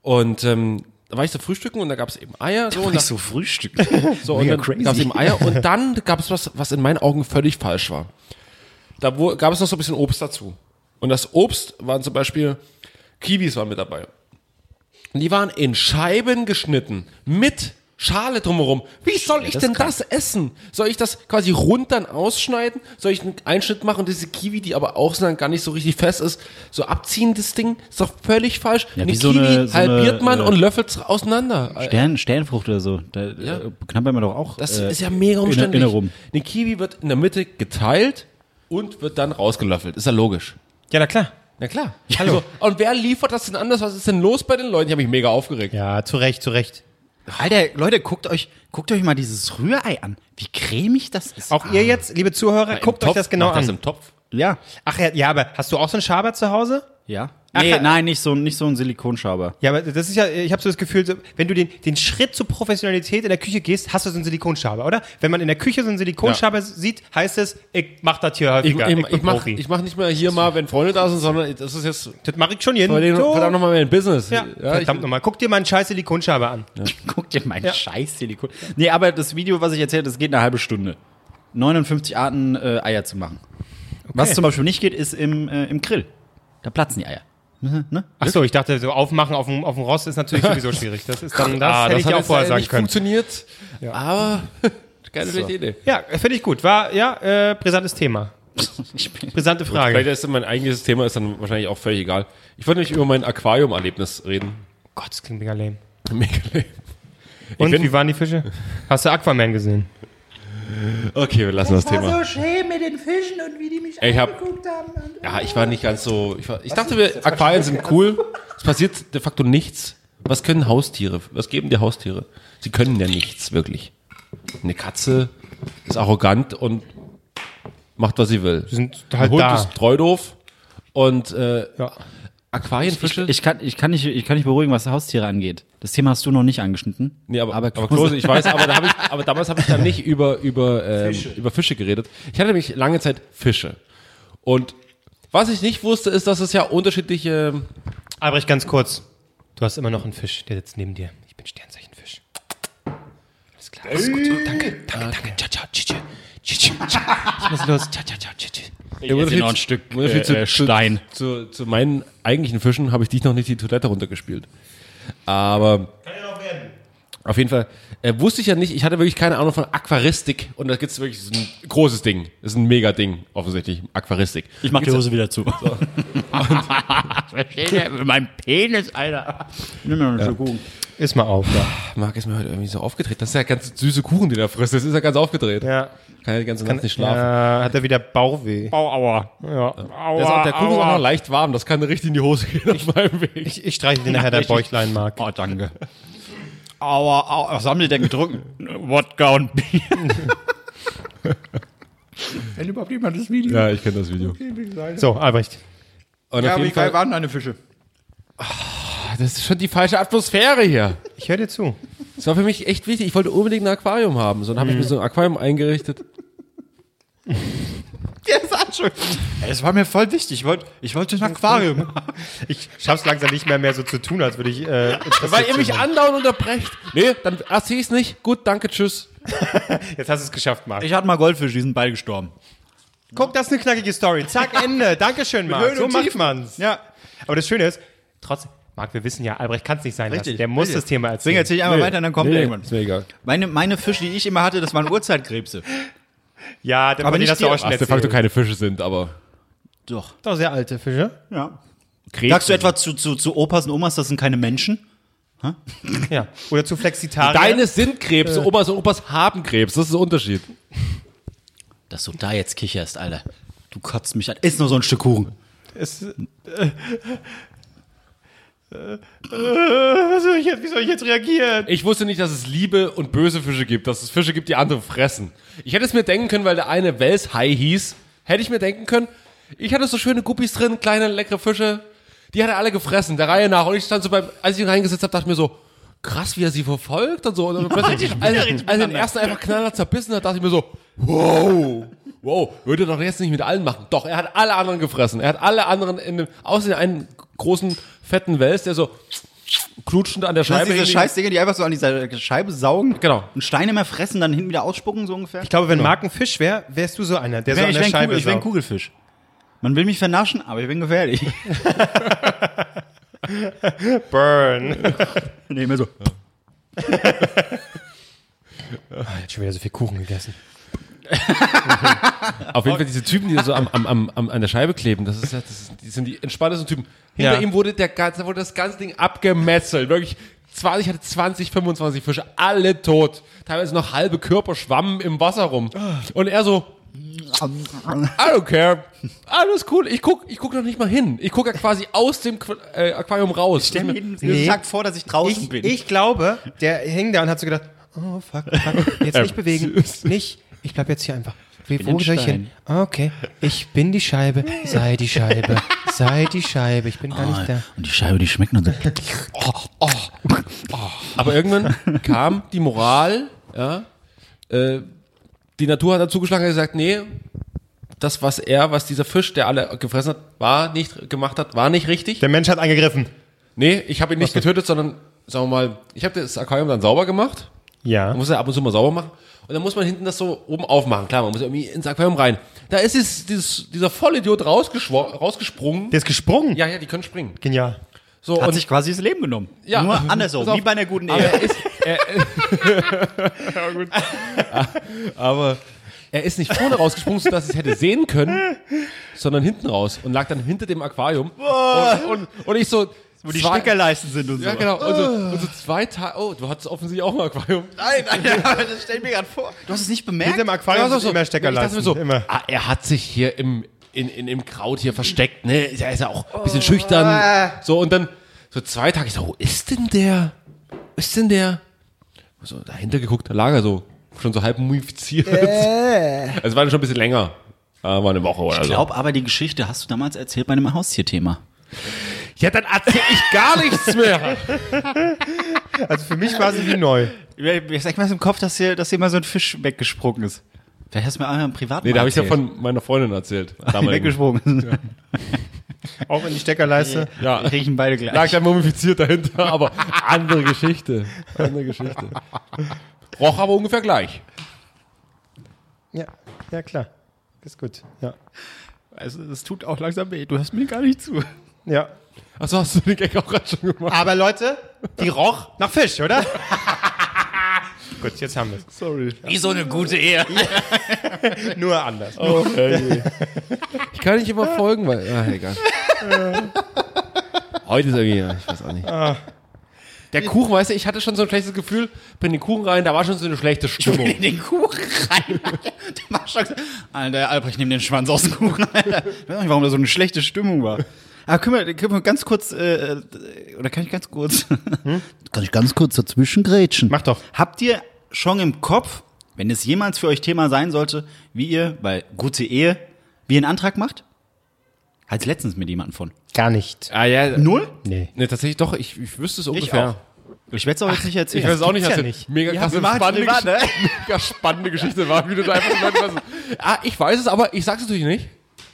Und ähm, da war ich so frühstücken und da gab es eben Eier. So, und da,
so Frühstück.
so und dann gab es eben Eier. Und dann gab es was, was in meinen Augen völlig falsch war. Da gab es noch so ein bisschen Obst dazu. Und das Obst waren zum Beispiel Kiwis waren mit dabei. Und die waren in Scheiben geschnitten mit Schale drumherum. Wie soll ich denn das essen? Soll ich das quasi rund dann ausschneiden? Soll ich einen Einschnitt machen und diese Kiwi, die aber auch dann gar nicht so richtig fest ist, so abziehen, das Ding? Ist doch völlig falsch.
Ja, wie so eine- so
halbiert
eine,
man
äh,
und löffelt auseinander.
Stern, Sternfrucht oder so. Da äh, knabbert man doch auch.
Das
äh,
ist ja mega umständlich.
inne- Innerum.
Eine Kiwi wird in der Mitte geteilt und wird dann rausgelöffelt. Ist ja logisch.
Ja, na klar.
Na klar. Also, und wer liefert das denn anders? Was ist denn los bei den Leuten? Ich habe mich mega aufgeregt.
Ja, zu Recht, zu Recht.
Alter, Leute, guckt euch, guckt euch mal dieses Rührei an. Wie cremig das ist. Ah.
Auch ihr jetzt, liebe Zuhörer,
Ah. Im
guckt euch
Topf,
das genau
macht
an.
Das im Topf.
Ja.
Ach ja, ja, aber hast du auch so einen Schaber zu Hause?
Ja.
Ach,
Nee,
ja.
nein, nicht so, nicht so ein Silikonschaber.
Ja, aber das ist ja, ich habe so das Gefühl, so, wenn du den, den Schritt zur Professionalität in der Küche gehst, hast du so einen Silikonschaber, oder? Wenn man in der Küche so einen Silikonschaber sieht, heißt es, ich mach das hier
Ich,
häufiger.
ich, ich,
bin
mach,
Profi.
ich mach nicht mehr hier mal, wenn Freunde da sind, sondern das ist jetzt
das mache ich schon jeden
bei denen,
So.
verdammt nochmal mein Business.
Ja,
ich,
verdammt nochmal. Guck dir mal einen scheiß Silikonschaber an.
Guck dir meinen scheiß Silikon. Nee, aber das Video, was ich erzählt, das geht eine halbe Stunde. 59 Arten äh, Eier zu machen. Was zum Beispiel nicht geht, ist im, äh, im Grill. Da platzen die Eier. Ne?
Ach so, ich dachte, so aufmachen auf dem, auf dem Ross ist natürlich sowieso schwierig. Das ist dann, das
ah,
hätte ich dir
hat
auch
jetzt
vorher
leider
sagen
nicht
können.
funktioniert, aber keine schlechte Idee.
Ja, finde ich gut. War, ja, äh, brisantes Thema. Brisante
Vielleicht
Frage.
ist mein eigentliches Thema ist dann wahrscheinlich auch völlig egal. Ich wollte nämlich über mein Aquarium-Erlebnis reden.
Gott, das klingt mega lame.
Mega lame.
Und
bin-
wie waren die Fische? Hast du Aquaman gesehen?
Okay, wir lassen das, Thema.
so schön mit den Fischen und wie die mich
Ich hab-
angeguckt haben. Und
Ja, ich war nicht ganz so. Ich, war, ich dachte, wir, Aquarien sind cool. Es passiert de facto nichts. Was können Haustiere? Was geben dir Haustiere? Sie können ja nichts, wirklich. Eine Katze ist arrogant und macht, was sie will.
Die sind halt
Hund
da.
ist treu doof. Und äh,
Ja.
Aquarienfische.
Ich kann, ich, kann nicht, ich kann nicht beruhigen, was Haustiere angeht. Das Thema hast du noch nicht angeschnitten.
Nee, aber, aber,
Klose-
Klose, ich weiß, aber, da hab ich, aber damals habe ich dann nicht über, über, ähm, über Fische geredet. Ich hatte nämlich lange Zeit Fische. Und was ich nicht wusste, ist, dass es ja unterschiedliche
Albrecht, ganz kurz. Du hast immer noch einen Fisch, der sitzt neben dir. Ich bin Sternzeichenfisch. Alles klar. Alles gut.
Äh,
So, danke, danke, danke. Ciao, ciao, tschü, tschü. Tschü, tschü, tschü. Ich muss los. Ciao, ciao, ciao, tschü, tschü.
Im äh, Unterschied,
noch ein Stück,
im Unterschied
äh,
zu,
äh, Stein.
Zu, zu, zu meinen eigentlichen Fischen habe ich dich noch nicht die Toilette runtergespielt. Aber. Kann ja noch werden. Auf jeden Fall äh, wusste ich ja nicht, ich hatte wirklich keine Ahnung von Aquaristik und da gibt es wirklich das ist ein großes Ding. Das ist ein mega Ding, offensichtlich. Aquaristik.
Ich mach die Hose wieder zu. Mit meinem Penis, Alter. Nimm mir mal einen Kuchen.
Ist mal auf. Ja.
Marc ist mir heute irgendwie so aufgedreht. Das ist ja ganz süße Kuchen, die der frisst. Das ist ja ganz aufgedreht.
Ja.
Kann ja die ganze Nacht nicht schlafen.
Äh, hat er wieder Bauchweh. Bauaua. Ja. Aua,
Der, ist auch, der Kuchen ist auch
aua.
noch leicht warm. Das kann richtig in die Hose gehen auf meinem Weg.
Ich, ich streiche dir nachher dein Bäuchlein, Marc.
Oh, danke. Aua, aua, was haben die denn getrunken? Wodka und Bier.
Wenn überhaupt jemand das Video.
Ja, ich kenne das Video.
So, Albrecht.
Und auf jeden Fall,
waren deine Fische?
Ah, das ist schon die falsche Atmosphäre hier.
Ich höre dir zu.
Das war für mich echt wichtig. Ich wollte unbedingt ein Aquarium haben. So, dann habe ich mir so ein Aquarium eingerichtet.
Der ist auch schon. Es war mir voll wichtig. Ich wollte ich wollte ein Aquarium.
Ich schaff's langsam nicht mehr, mehr so zu tun, als würde ich. Äh,
Weil ihr mich andauernd unterbrecht. Nee, dann erzähl ich's nicht. Gut, danke, tschüss.
Jetzt hast du es geschafft, Marc.
Ich hatte mal Goldfische, die sind beide gestorben.
Guck, das ist eine knackige Story. Zack, Ende. Dankeschön, Marc.
Höhen
So
und
macht
Tiefen.
man's. Ja. Aber das Schöne ist, trotzdem, Marc, wir wissen ja, Albrecht kann es nicht sein
Richtig,
lassen. Der muss
richtig.
das Thema erzählen.
Deswegen erzähle ich einmal weiter und dann kommt
Nee,
irgendwann.
ist mir egal.
Meine, meine Fische, die ich immer hatte, das waren Urzeitkrebse.
Ja, der
Aber
Conny,
nicht
das hast du
die-
auch schon
Was de facto
erzählt.
keine Fische sind, aber
Doch.
Doch, sehr alte Fische.
Ja.
Krebs.
Sagst du etwa zu, zu, zu Opas und Omas, das sind keine Menschen?
Ja. Oder zu Flexitarier.
Deine sind Krebs, Omas und Opas haben Krebs. Das ist der Unterschied.
Dass du da jetzt kicherst, Alter. Du kotzt mich an. Ist nur so ein Stück Kuchen.
Es, äh, äh, äh, was soll ich jetzt, wie soll ich jetzt reagieren?
Ich wusste nicht, dass es Liebe und böse Fische gibt, dass es Fische gibt, die andere fressen. Ich hätte es mir denken können, weil der eine Welshai hieß, hätte ich mir denken können, ich hatte so schöne Guppies drin, kleine, leckere Fische, die hat er alle gefressen, der Reihe nach. Und ich stand so beim, als ich ihn reingesetzt habe, dachte ich mir so, krass, wie er sie verfolgt und so. Und dann plötzlich, als, als er den ersten einfach knaller zerbissen hat, dachte ich mir so, wow, wow, würde er doch jetzt nicht mit allen machen. Doch, er hat alle anderen gefressen. Er hat alle anderen, in dem, außer den einen großen, fetten Wels, der so klutschend an der
Das
Scheibe
sind diese
hing.
Scheißdinger, die einfach so an dieser Scheibe saugen.
Genau.
Und Steine mehr fressen, dann hinten wieder ausspucken, so ungefähr.
Ich glaube, wenn Marc ein Fisch wäre, wärst du so einer, der so an
ich
der
wär ein
Scheibe
Kugel- ich wär ein
saugt.
Kugelfisch. Man will mich vernaschen, aber ich bin gefährlich.
Burn.
nee, immer so.
Ich hab schon wieder so viel Kuchen gegessen.
Auf jeden Fall diese Typen, die so am, am, am, am, an der Scheibe kleben, das, ist ja, das ist, die sind die entspanntesten Typen. Hinter
Ja.
ihm wurde, der, ganze- da wurde das ganze Ding abgemetzelt. Wirklich, 20, ich hatte 20, 25 Fische, alle tot. Teilweise noch halbe Körper schwammen im Wasser rum. Und er so, I don't care. Alles cool. Ich guck, ich guck noch nicht mal hin. Ich guck ja quasi aus dem Qu äh, Aquarium raus.
Stell mir jeden
Nee.
Tag vor, dass ich draußen
Ich,
bin.
ich glaube, der hing da und hat so gedacht, oh fuck, fuck jetzt
Ähm,
nicht bewegen, nicht, ich bleib jetzt hier einfach. Wie, wo
ein
soll ich hin? Okay, ich bin die Scheibe, sei die Scheibe, sei die Scheibe, ich bin gar nicht
Oh.
da.
Und die Scheibe, die schmecken und so.
Aber irgendwann kam die Moral, ja, äh, die Natur hat dann zugeschlagen und gesagt, nee, das, was er, was dieser Fisch, der alle gefressen hat, war nicht gemacht hat, war nicht richtig.
Der Mensch hat angegriffen.
nee, ich habe ihn nicht getötet, sondern, sagen wir mal, ich habe das Aquarium dann sauber gemacht.
Ja.
Man muss ja ab und zu mal sauber machen. Und dann muss man hinten das so oben aufmachen. Klar, man muss irgendwie ins Aquarium rein. Da ist es, dieses, dieser Vollidiot rausgeschwo- rausgesprungen.
Der ist gesprungen.
ja, ja, die können springen.
Genial.
So,
Hat
und
sich quasi das Leben genommen.
Ja.
Nur andersrum,
Pass auf.
wie bei einer guten
Aber
Ehe.
er ist, er, aber er ist nicht vorne rausgesprungen, sodass ich es hätte sehen können, sondern hinten raus und lag dann hinter dem Aquarium. Und, und, und ich so. Wo
Die Steckerleisten sind und so.
Ja, genau. Und so,
Ah.
und so zwei Tage. Oh, du hattest offensichtlich auch ein Aquarium.
Nein, nein, aber das stell ich mir gerade vor. Du hast es nicht bemerkt?
Hinterm Ah, Aquarium
Ja,
sind immer Steckerleisten.
Ich dachte mir so,
Immer.
Ah, er hat sich hier im, in, in, im Kraut hier versteckt, ne? Er ist ja auch ein
Oh.
bisschen schüchtern. So, und dann so zwei Tage, ich so, wo ist denn der? Wo ist denn der? So, dahinter geguckt, da lag er so, schon so halb mumifiziert.
Äh.
Also es war schon ein bisschen länger. Äh, War eine Woche oder
Ich
so.
glaube aber, die Geschichte hast du damals erzählt bei einem Haustierthema.
Ja, dann erzähl ich gar nichts mehr.
Also für mich war sie wie neu.
Ich sag mir im Kopf, dass hier, dass hier mal so ein Fisch weggesprungen ist. Vielleicht hast du mir einmal im Privaten
Nee, da habe ich ja
erzählt.
von meiner Freundin erzählt. Damals.
weggesprungen ist.
Auch in die Steckerleiste.
Ja,
Wir riechen beide gleich.
lag dann mumifiziert dahinter, aber andere Geschichte. Andere Geschichte. Roch aber ungefähr gleich.
Ja, ja klar. Ist gut. Ja.
Also, es tut auch langsam weh. Du hörst mir gar nicht zu.
Ja.
Achso, Also hast du den Gag auch gerade schon gemacht?
Aber Leute, die roch nach Fisch, oder? gut, jetzt haben wir es.
Wie so eine gute Ehe.
Nur anders.
Ich kann nicht immer folgen, weil. Ah, egal. Heute ist irgendwie, ja, ich weiß auch nicht. Der Kuchen, weißt du, ich hatte schon so ein schlechtes Gefühl, bin in den Kuchen rein, da war schon so eine schlechte Stimmung.
In den Kuchen rein. Der war schon gesagt, Alter, Albrecht, nimm den Schwanz aus dem Kuchen. Alter. Ich weiß auch nicht, warum da so eine schlechte Stimmung war. Aber können wir, können wir ganz kurz, äh, äh, oder kann ich ganz kurz, kann ich ganz kurz dazwischen grätschen?
Hm? Mach doch.
Habt ihr schon im Kopf, wenn es jemals für euch Thema sein sollte, wie ihr bei Gute Ehe, wie ihr einen Antrag macht? Hat's letztens mit jemandem von.
Gar nicht.
Ah ja.
Null?
Nee.
Ne, tatsächlich doch, ich, ich wüsste es ungefähr.
Ich werde es auch jetzt nicht erzählen.
Ich weiß es auch nicht,
gibt's
also
ja nicht.
mega krasse,
wir machen
spannende,
privat,
Geschichte, mega spannende Geschichte war, wie du da einfach Leute warst. Ah, ich weiß es, aber ich sag's natürlich nicht.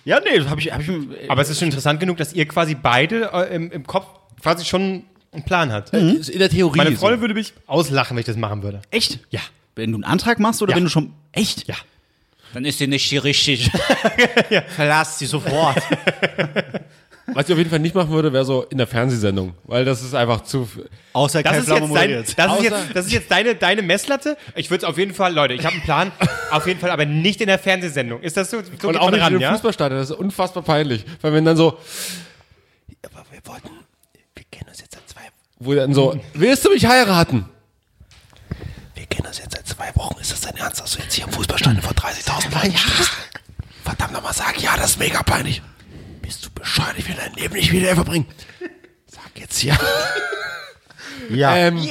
Ja, nee, hab ich, hab ich, äh,
Aber es ist schon interessant genug, dass ihr quasi beide äh, im, im Kopf quasi schon einen Plan habt.
Ist In der Theorie.
Mhm. Meine
so.
Freundin würde mich auslachen, wenn ich das machen würde.
echt?
Ja.
Wenn du einen Antrag machst oder
Ja.
wenn du schon. Echt?
Ja.
Dann ist sie nicht die richtig. Verlass sie sofort.
Was ich auf jeden Fall nicht machen würde, wäre so in der Fernsehsendung, weil das ist einfach zu.
Außer
Das
Kai
ist, jetzt
Pflaume
dein,
moderiert.
das, ist
Außer-
jetzt, das ist jetzt deine, deine Messlatte. Ich würde es auf jeden Fall, Leute, ich habe einen Plan, auf jeden Fall, aber nicht in der Fernsehsendung. Ist das so? so
Und
geht
auch
man
nicht
ran,
im
ja?
Fußballstadion, das ist unfassbar peinlich. Weil wenn dann so,
Aber wir wollten, wir kennen uns jetzt seit zwei,
wo dann so, willst du mich heiraten?
wir kennen uns jetzt seit zwei Wochen. Ist das dein Ernst, dass du jetzt hier im Fußballstadion vor 30.000 Leuten stehst? Verdammt nochmal, sag ja, das ist mega peinlich. Bist du bescheuert? Ich will dein Leben nicht wieder verbringen. Sag jetzt ja.
Ja.
Ähm,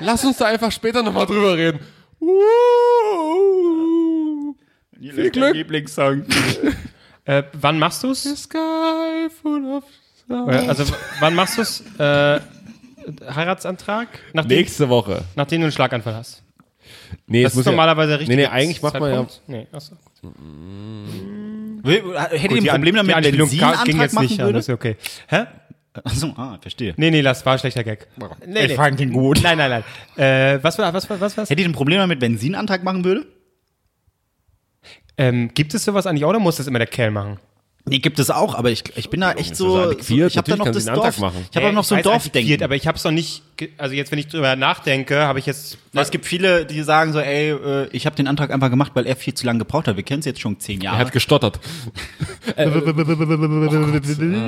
Lass uns da einfach später nochmal drüber reden. Uh, viel Glück.
Lieblingssong.
Äh, wann machst du es?
Sky full of
Äh, Also w- wann machst du es? Äh, Heiratsantrag? Nachdem,
Nächste Woche.
nachdem du einen Schlaganfall hast.
Nee,
Das
es muss
ist normalerweise richtig.
Nee, nee, eigentlich macht man ja.
Nee, achso.
äh, Hätte
Die
ihr ein Problem
An- die
damit, wenn
Anspielung
sie
ga-
einen Antrag machen
ja, das
würde?
ist okay. Hä?
Achso, ah, verstehe.
Nee, nee, das war ein schlechter Gag. Nee,
Ich fand ihn gut.
Nein, nein, nein. Äh, was war, was war, was war's?
Hättet ihr ein Problem damit, wenn sie einen Antrag machen würde?
Ähm, gibt es sowas eigentlich auch oder muss das immer der Kerl machen?
Nee, gibt es auch, aber ich, ich bin da echt
das
so.
antiquiert.
so ich habe
Natürlich
da noch
kann
das
sie einen Antrag
Dorf.
machen.
Ich habe auch noch so ein
ich weiß, antiquiert,
Dorfdenken.
Aber ich hab's noch nicht, ge- also jetzt, wenn ich drüber nachdenke, habe ich jetzt,
Es gibt viele, die sagen so, ey, äh, ich habe den Antrag einfach gemacht, weil er viel zu lange gebraucht hat. Wir kennen es jetzt schon zehn
Er
Jahre.
hat gestottert. Oh, Ah, wieder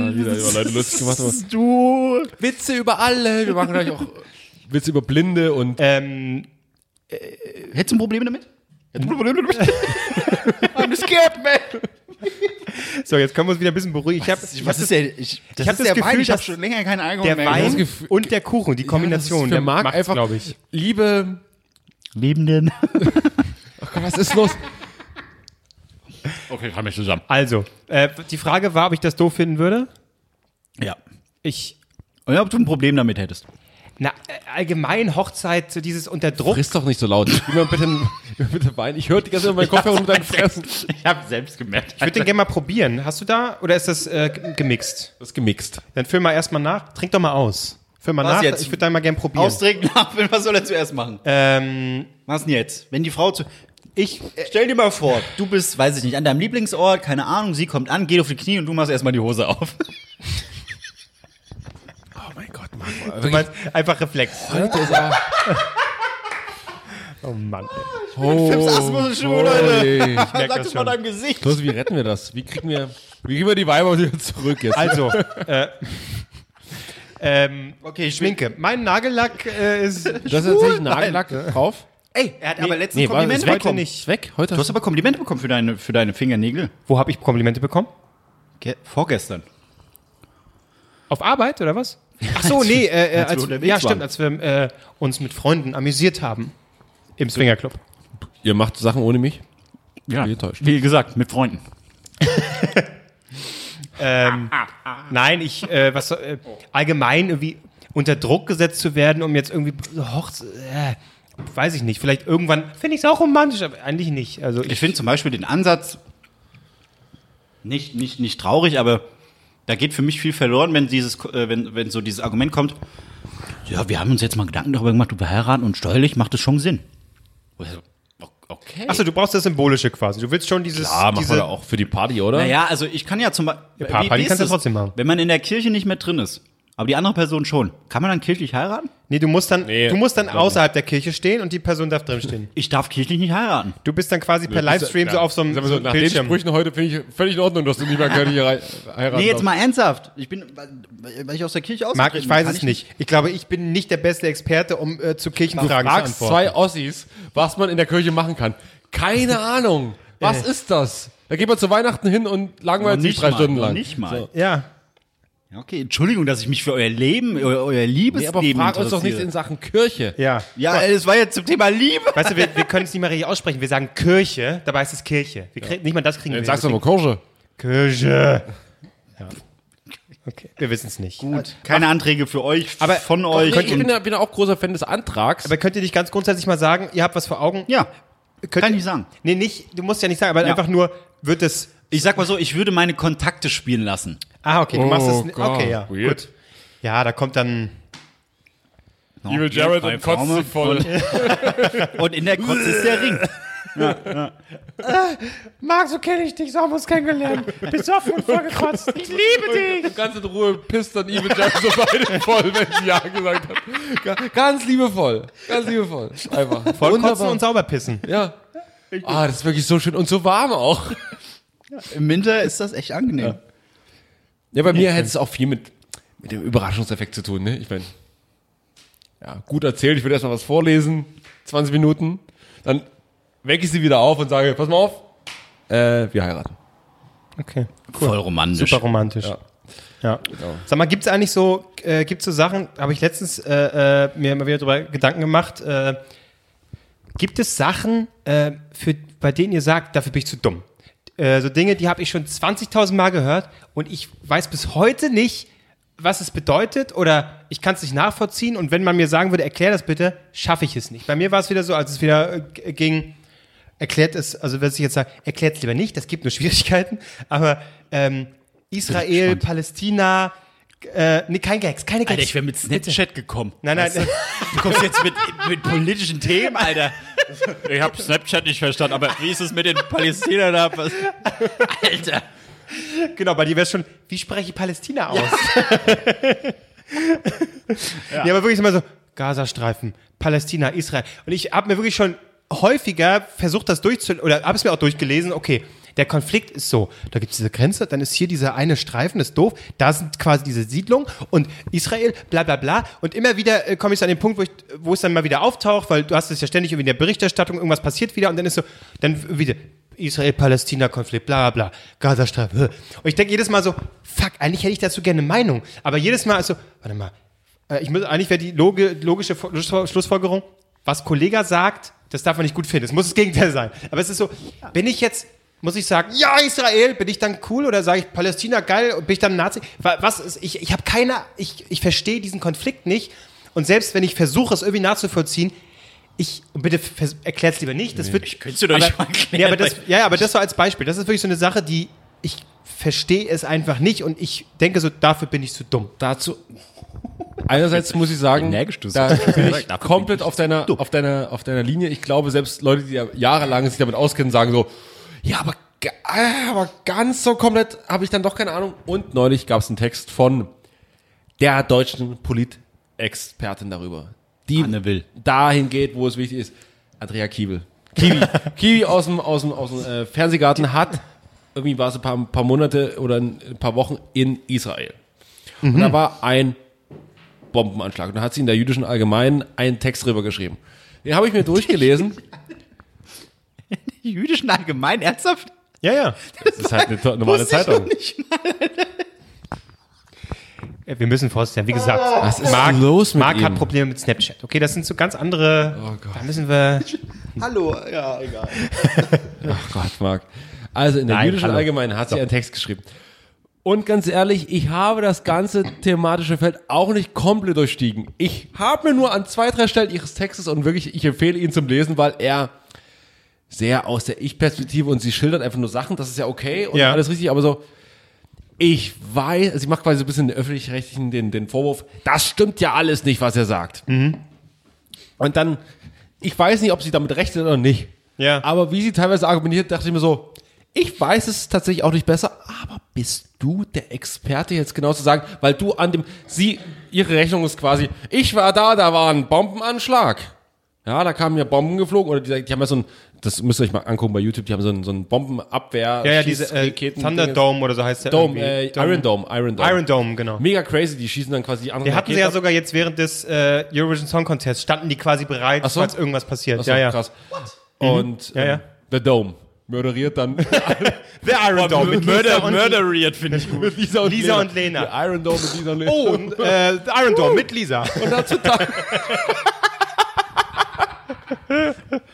über Leute lustig gemacht. Aber
Du.
Witze über alle. Wir machen gleich auch Witze über Blinde und
ähm,
Hättest du ein Problem damit? I'm scared, man.
so, jetzt können wir uns wieder ein bisschen beruhigen. Ich habe
Ich, was ist der, ich, das
hab
ist
das
der
Gefühl,
Wein. Ich habe
dass
schon länger keinen Alkohol
der
mehr
Wein
getrunken.
und der Kuchen, die Kombination, der
Ja, das ist für Marc einfach,
glaube ich.
Liebe.
Lebenden.
Ach Gott, was ist los? Okay, haben wir zusammen.
Also, äh, die Frage war, ob ich das doof finden würde.
Ja.
Ich,
Und ob du ein Problem damit hättest.
na, äh, allgemein Hochzeit, so dieses unter Druck.
Friss doch nicht so laut. Gib mir bitte, gib mir bitte Wein. Ich höre die ganze Zeit meinen Kopfhörer und deinen Fressen.
Ich habe selbst gemerkt.
Ich würde den gerne mal probieren. Hast du da, oder ist das äh, g- gemixt?
Das ist gemixt.
Dann füll mal erstmal nach. Trink doch mal aus. Füll mal
Was
nach.
jetzt?
Ich würde da mal gerne probieren.
Austrinken, abfüllen, was soll er zuerst machen?
Ähm,
Was denn jetzt? Wenn die Frau zu. äh,
ich,
Stell dir mal vor, du bist, weiß ich nicht, an deinem Lieblingsort, keine Ahnung, sie kommt an, geht auf die Knie und du machst erstmal die Hose auf.
Oh mein Gott, Mann.
du meinst einfach Reflex.
Alter, ist auch-
Oh Mann.
Oh,
Pips Asmus ist schwul, Leute.
holy.
Sag
das
das mal
schon.
deinem Gesicht.
Los, wie retten wir das? Wie kriegen wir, wie kriegen wir die Weiber wieder zurück jetzt?
Also, äh, ähm,
Okay,
Schminke. Mein Nagellack äh, ist.
das ist tatsächlich Nagellack drauf.
Ey, er hat aber letztens
Nee, war-
Komplimente
ist weg,
bekommen.
nicht.
Weg, heute.
Du hast aber Komplimente bekommen für deine, für deine Fingernägel.
Wo habe ich Komplimente bekommen?
Ge vorgestern.
Auf Arbeit oder was? Ach so, nee, äh, äh,
wir
als,
unterwegs
ja stimmt,
waren.
als wir äh, uns mit Freunden amüsiert haben im Swingerclub.
Ihr macht Sachen ohne mich?
Ja.
Wie enttäuscht.
Wie gesagt, mit Freunden.
Nein, ich, äh, was soll- äh, allgemein irgendwie unter Druck gesetzt zu werden, um jetzt irgendwie so Hochz äh, weiß ich nicht, vielleicht irgendwann finde ich es auch romantisch, aber eigentlich nicht. Also ich,
Ich finde zum Beispiel den Ansatz nicht, nicht, nicht traurig, aber da geht für mich viel verloren, wenn, dieses, äh, wenn, wenn so dieses Argument kommt. Ja, wir haben uns jetzt mal Gedanken darüber gemacht, ob wir heiraten und steuerlich macht es schon Sinn. Wo ich so, o- Okay.
Achso, du brauchst das Symbolische quasi. Du willst schon dieses.
Ah, machen
diese,
wir da auch für die Party, oder?
Naja, also ich kann ja zum Beispiel.
paar Partys kannst du trotzdem machen.
Wenn man in der Kirche nicht mehr drin ist, aber die andere Person schon, kann man dann kirchlich heiraten?
Nee, du musst dann,
Nee,
du musst dann
glaub nicht.
außerhalb der Kirche stehen und die Person darf drin stehen.
Ich darf kirchlich nicht heiraten.
Du bist dann quasi per Livestream so auf so einem
Sag mal so,
so einem
nach den
Bildschirm.
Sprüchen heute finde ich völlig in Ordnung, dass du nicht mehr gerne hier rei- heiraten
Nee, jetzt
darfst.
mal ernsthaft. Ich bin, weil weil ich aus der Kirche aus.
Marc, ich weiß es nicht. Ich glaube, ich bin nicht der beste Experte, um äh, zu Kirchenfragen zu
fragst
antworten.
zwei Ossis, was man in der Kirche machen kann. Keine Ahnung. Was
Äh.
ist das? Da geht man zu Weihnachten hin und langweilt sich drei
mal,
Stunden
noch
lang.
Nicht mal.
Ja.
Ja, Okay, Entschuldigung, dass ich mich für euer Leben, euer, euer
Nee, aber
Liebesleben
frag uns doch nicht
interessiere.
in Sachen Kirche.
Ja.
ja, ey, es war jetzt zum Thema Liebe.
Weißt du, wir, wir können es nicht mal richtig aussprechen. Wir sagen Kirche, dabei ist es Kirche. Wir kriegen, Nicht mal das kriegen
Dann
wir.
sagst du
hin.
mal Kirche.
Kirche. Ja. Okay, wir wissen es nicht.
Gut, keine Anträge für euch,
Aber-
von
Doch,
euch.
Ich bin
und,
ja, bin ja auch großer Fan des Antrags.
Aber könnt ihr nicht ganz grundsätzlich mal sagen, ihr habt was vor Augen?
ja,
Könnt-
kann ich sagen.
Nee, nicht, du musst ja nicht sagen, aber
Ja.
einfach nur, wird es.
Ich sag mal so, ich würde meine Kontakte spielen lassen.
Ah, okay, du machst es.
Gott,
Okay, ja.
weird.
Gut. Ja, da kommt dann.
Evil
Jared und kotzt sie voll.
Und in der Kotze ist der Ring.
Marc, so kenne ich dich, so haben wir uns kennengelernt. Besoffen und vollgekotzt. Ich liebe dich.
Ganz in Ruhe pisst dann Evil Jack so beide voll, wenn sie Ja gesagt hat. Ga- Ganz liebevoll. Ganz liebevoll. Einfach.
Vollkotzen und sauber pissen.
Ja. Ah, das ist wirklich so schön und so warm auch.
Im Winter ist das echt angenehm.
Ja, bei mir hätte es auch viel mit, mit dem Überraschungseffekt zu tun, ne? Ich meine, ja, gut erzählt, ich würde erstmal was vorlesen, 20 Minuten, dann wecke ich sie wieder auf und sage, pass mal auf, äh, wir heiraten.
Okay.
Voll romantisch.
Super romantisch. Ja. Genau. Sag mal, gibt es eigentlich so, äh, gibt so Sachen, habe ich letztens äh, äh, mir mal wieder drüber Gedanken gemacht, äh, gibt es Sachen, äh, für, bei denen ihr sagt, dafür bin ich zu dumm? Äh, so Dinge, die habe ich schon 20.000 Mal gehört und ich weiß bis heute nicht, was es bedeutet oder ich kann es nicht nachvollziehen und wenn man mir sagen würde, erklär das bitte, schaffe ich es nicht. Bei mir war es wieder so, als es wieder äh, g- ging, erklärt es, also wenn ich jetzt sage, erklärt es lieber nicht, das gibt nur Schwierigkeiten, aber ähm, Israel, Palästina, äh, nee, kein Gags, keine Gags.
Alter, ich wäre mit Snapchat gekommen.
nein, nein,
Du kommst jetzt mit, mit politischen Themen, Alter. Ich habe Snapchat nicht verstanden, aber wie ist es mit den Palästinern da? Was- Alter.
Genau, bei dir wäre schon, wie spreche ich Palästina aus? ja. aber wirklich immer so, Gazastreifen, Palästina, Israel. Und ich habe mir wirklich schon häufiger versucht, das durchzu... oder habe es mir auch durchgelesen, okay, der Konflikt ist so, da gibt es diese Grenze, dann ist hier dieser eine Streifen, das ist doof, da sind quasi diese Siedlungen und Israel, bla bla bla. Und immer wieder äh, komme ich so an den Punkt, wo, ich, wo es dann mal wieder auftaucht, weil du hast es ja ständig irgendwie in der Berichterstattung, irgendwas passiert wieder und dann ist so, dann wieder Israel-Palästina-Konflikt, bla bla, Gazastreifen. Und ich denke jedes Mal so, fuck, eigentlich hätte ich dazu gerne eine Meinung. Aber jedes Mal also, warte mal, äh, ich muss, eigentlich wäre die logi- logische Vo- Schlussfol- Schlussfolgerung, was Kollega sagt, das darf man nicht gut finden. Es muss das Gegenteil sein. Aber es ist so, bin ich jetzt, muss ich sagen, ja, Israel, bin ich dann cool oder sage ich Palästina geil und bin ich dann Nazi? Wa- Was ist, ich, ich habe keine, ich, ich verstehe diesen Konflikt nicht. Und selbst wenn ich versuche, es irgendwie nachzuvollziehen, ich, und bitte vers- erklär's lieber nicht, das wird. Ich
könnt's dir doch nicht mal erklären,
ja, aber das, ja, aber das war als Beispiel. Das ist wirklich so eine Sache, die ich verstehe es einfach nicht und ich denke so, dafür bin ich zu dumm.
Dazu, einerseits muss ich sagen,
Energisch, du
da
sagst.
bin ich
Dafür bin
komplett auf deiner, auf deiner, auf deiner Linie. Ich glaube, selbst Leute, die ja jahrelang sich damit auskennen, sagen so, ja, aber, ga- ah, aber ganz so komplett habe ich dann doch keine Ahnung. Und neulich gab es einen Text von der deutschen Polit-Expertin darüber, die
Anne Will.
dahin geht, wo es wichtig ist. Andrea Kiebel. Kiwi. Kiwi aus dem, aus dem, aus dem äh, Fernsehgarten hat, irgendwie war es ein paar, ein paar Monate oder ein paar Wochen in Israel. Und
Mhm.
da war ein Bombenanschlag. Und da hat sie in der jüdischen Allgemeinen einen Text drüber geschrieben. Den habe ich mir durchgelesen.
Jüdischen allgemein ernsthaft?
Ja, ja.
Das ist halt eine to- normale Zeitung.
Ja, Äh, Wir müssen vorsichtig sein. Wie gesagt, was
ist los mit
Marc hat
ihm? Oh
Probleme mit Snapchat. Okay, das sind so ganz andere. Da müssen wir.
Hallo, ja, egal.
Gott, Marc. Also in der
Nein,
jüdischen
hallo.
Allgemeinen hat sie einen Text geschrieben. Und ganz ehrlich, ich habe das ganze thematische Feld auch nicht komplett durchstiegen. Ich habe mir nur an zwei, drei Stellen ihres Textes und wirklich, ich empfehle ihn zum Lesen, weil er sehr aus der Ich-Perspektive und sie schildert einfach nur Sachen, das ist ja okay und
Ja.
alles richtig, aber so, ich weiß, also sie macht quasi so ein bisschen den Öffentlich-Rechtlichen den, den Vorwurf, das stimmt ja alles nicht, was er sagt. Und dann, ich weiß nicht, ob sie damit recht sind oder nicht.
Ja.
Aber wie sie teilweise argumentiert, dachte ich mir so, ich weiß es tatsächlich auch nicht besser, aber bist du der Experte jetzt genau zu sagen, weil du an dem, sie, ihre Rechnung ist quasi, ich war da, da war ein Bombenanschlag. Ja, da kamen ja Bomben geflogen oder die, die haben ja so ein, das müsst ihr euch mal angucken bei YouTube, die haben so ein, so ein Bombenabwehr.
Ja, ja, diese äh,
Schießraketen-
Thunderdome oder so heißt der.
Dome, äh,
irgendwie.
Iron Dome, Iron Dome.
Iron Dome, genau.
Mega crazy, die schießen dann quasi die anderen.
Wir hatten sie ja
Raketen ab.
sogar jetzt während des äh, Eurovision Song Contests, standen die quasi bereit,
Ach so.
falls irgendwas passiert.
Ach so,
ja, ja.
krass. Und
Ja, ja.
ähm, The Dome moderiert dann
The Iron Dome. mit Lisa und-
Murderiert finde ich gut.
Lisa und
Lisa
Lena.
und Lena.
Die Iron Dome mit Lisa und Lena.
Oh, und, äh, The Iron Dome mit Lisa.
Und dazu dann,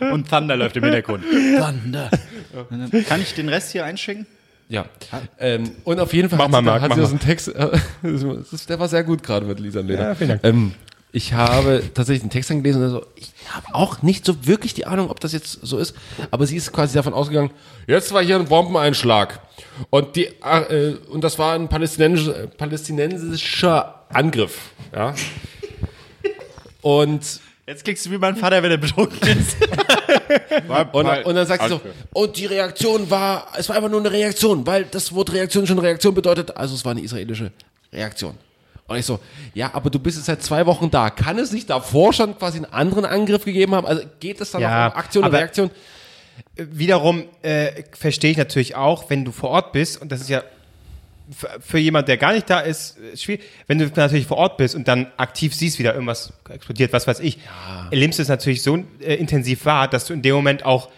Und Thunder läuft im Hintergrund. Thunder.
Kann ich den Rest hier einschicken?
ja. Ähm, und auf jeden Fall
Ah. Mach
hat
mal,
sie, da-
Marc,
hat
mach
sie
mal.
aus dem Text, äh, das ist, der war sehr gut gerade mit Lisa und Lena.
Ja, vielen Dank.
Ähm, ich habe tatsächlich den Text angelesen und so, ich habe auch nicht so wirklich die Ahnung, ob das jetzt so ist, aber sie ist quasi davon ausgegangen, jetzt war hier ein Bombeneinschlag und die äh, und das war ein palästinensischer, palästinensischer Angriff, ja. Und
Jetzt klingst du wie mein Vater, wenn er betrunken ist.
Und, dann- und dann sagt sie so, und die Reaktion war, es war einfach nur eine Reaktion, weil das Wort Reaktion schon Reaktion bedeutet, also es war eine israelische Reaktion. Und ich so, ja, aber du bist jetzt seit zwei Wochen da. Kann es nicht davor schon quasi einen anderen Angriff gegeben haben? Also geht es dann
Ja,
noch um Aktion und
aber-
Reaktion?
wiederum äh, verstehe ich natürlich auch, wenn du vor Ort bist, und das ist ja für, für jemand, der gar nicht da ist, äh, schwierig, wenn du natürlich vor Ort bist und dann aktiv siehst, wie da irgendwas explodiert, was weiß ich, erlebst du es natürlich so äh, intensiv wahr, dass du in dem Moment auch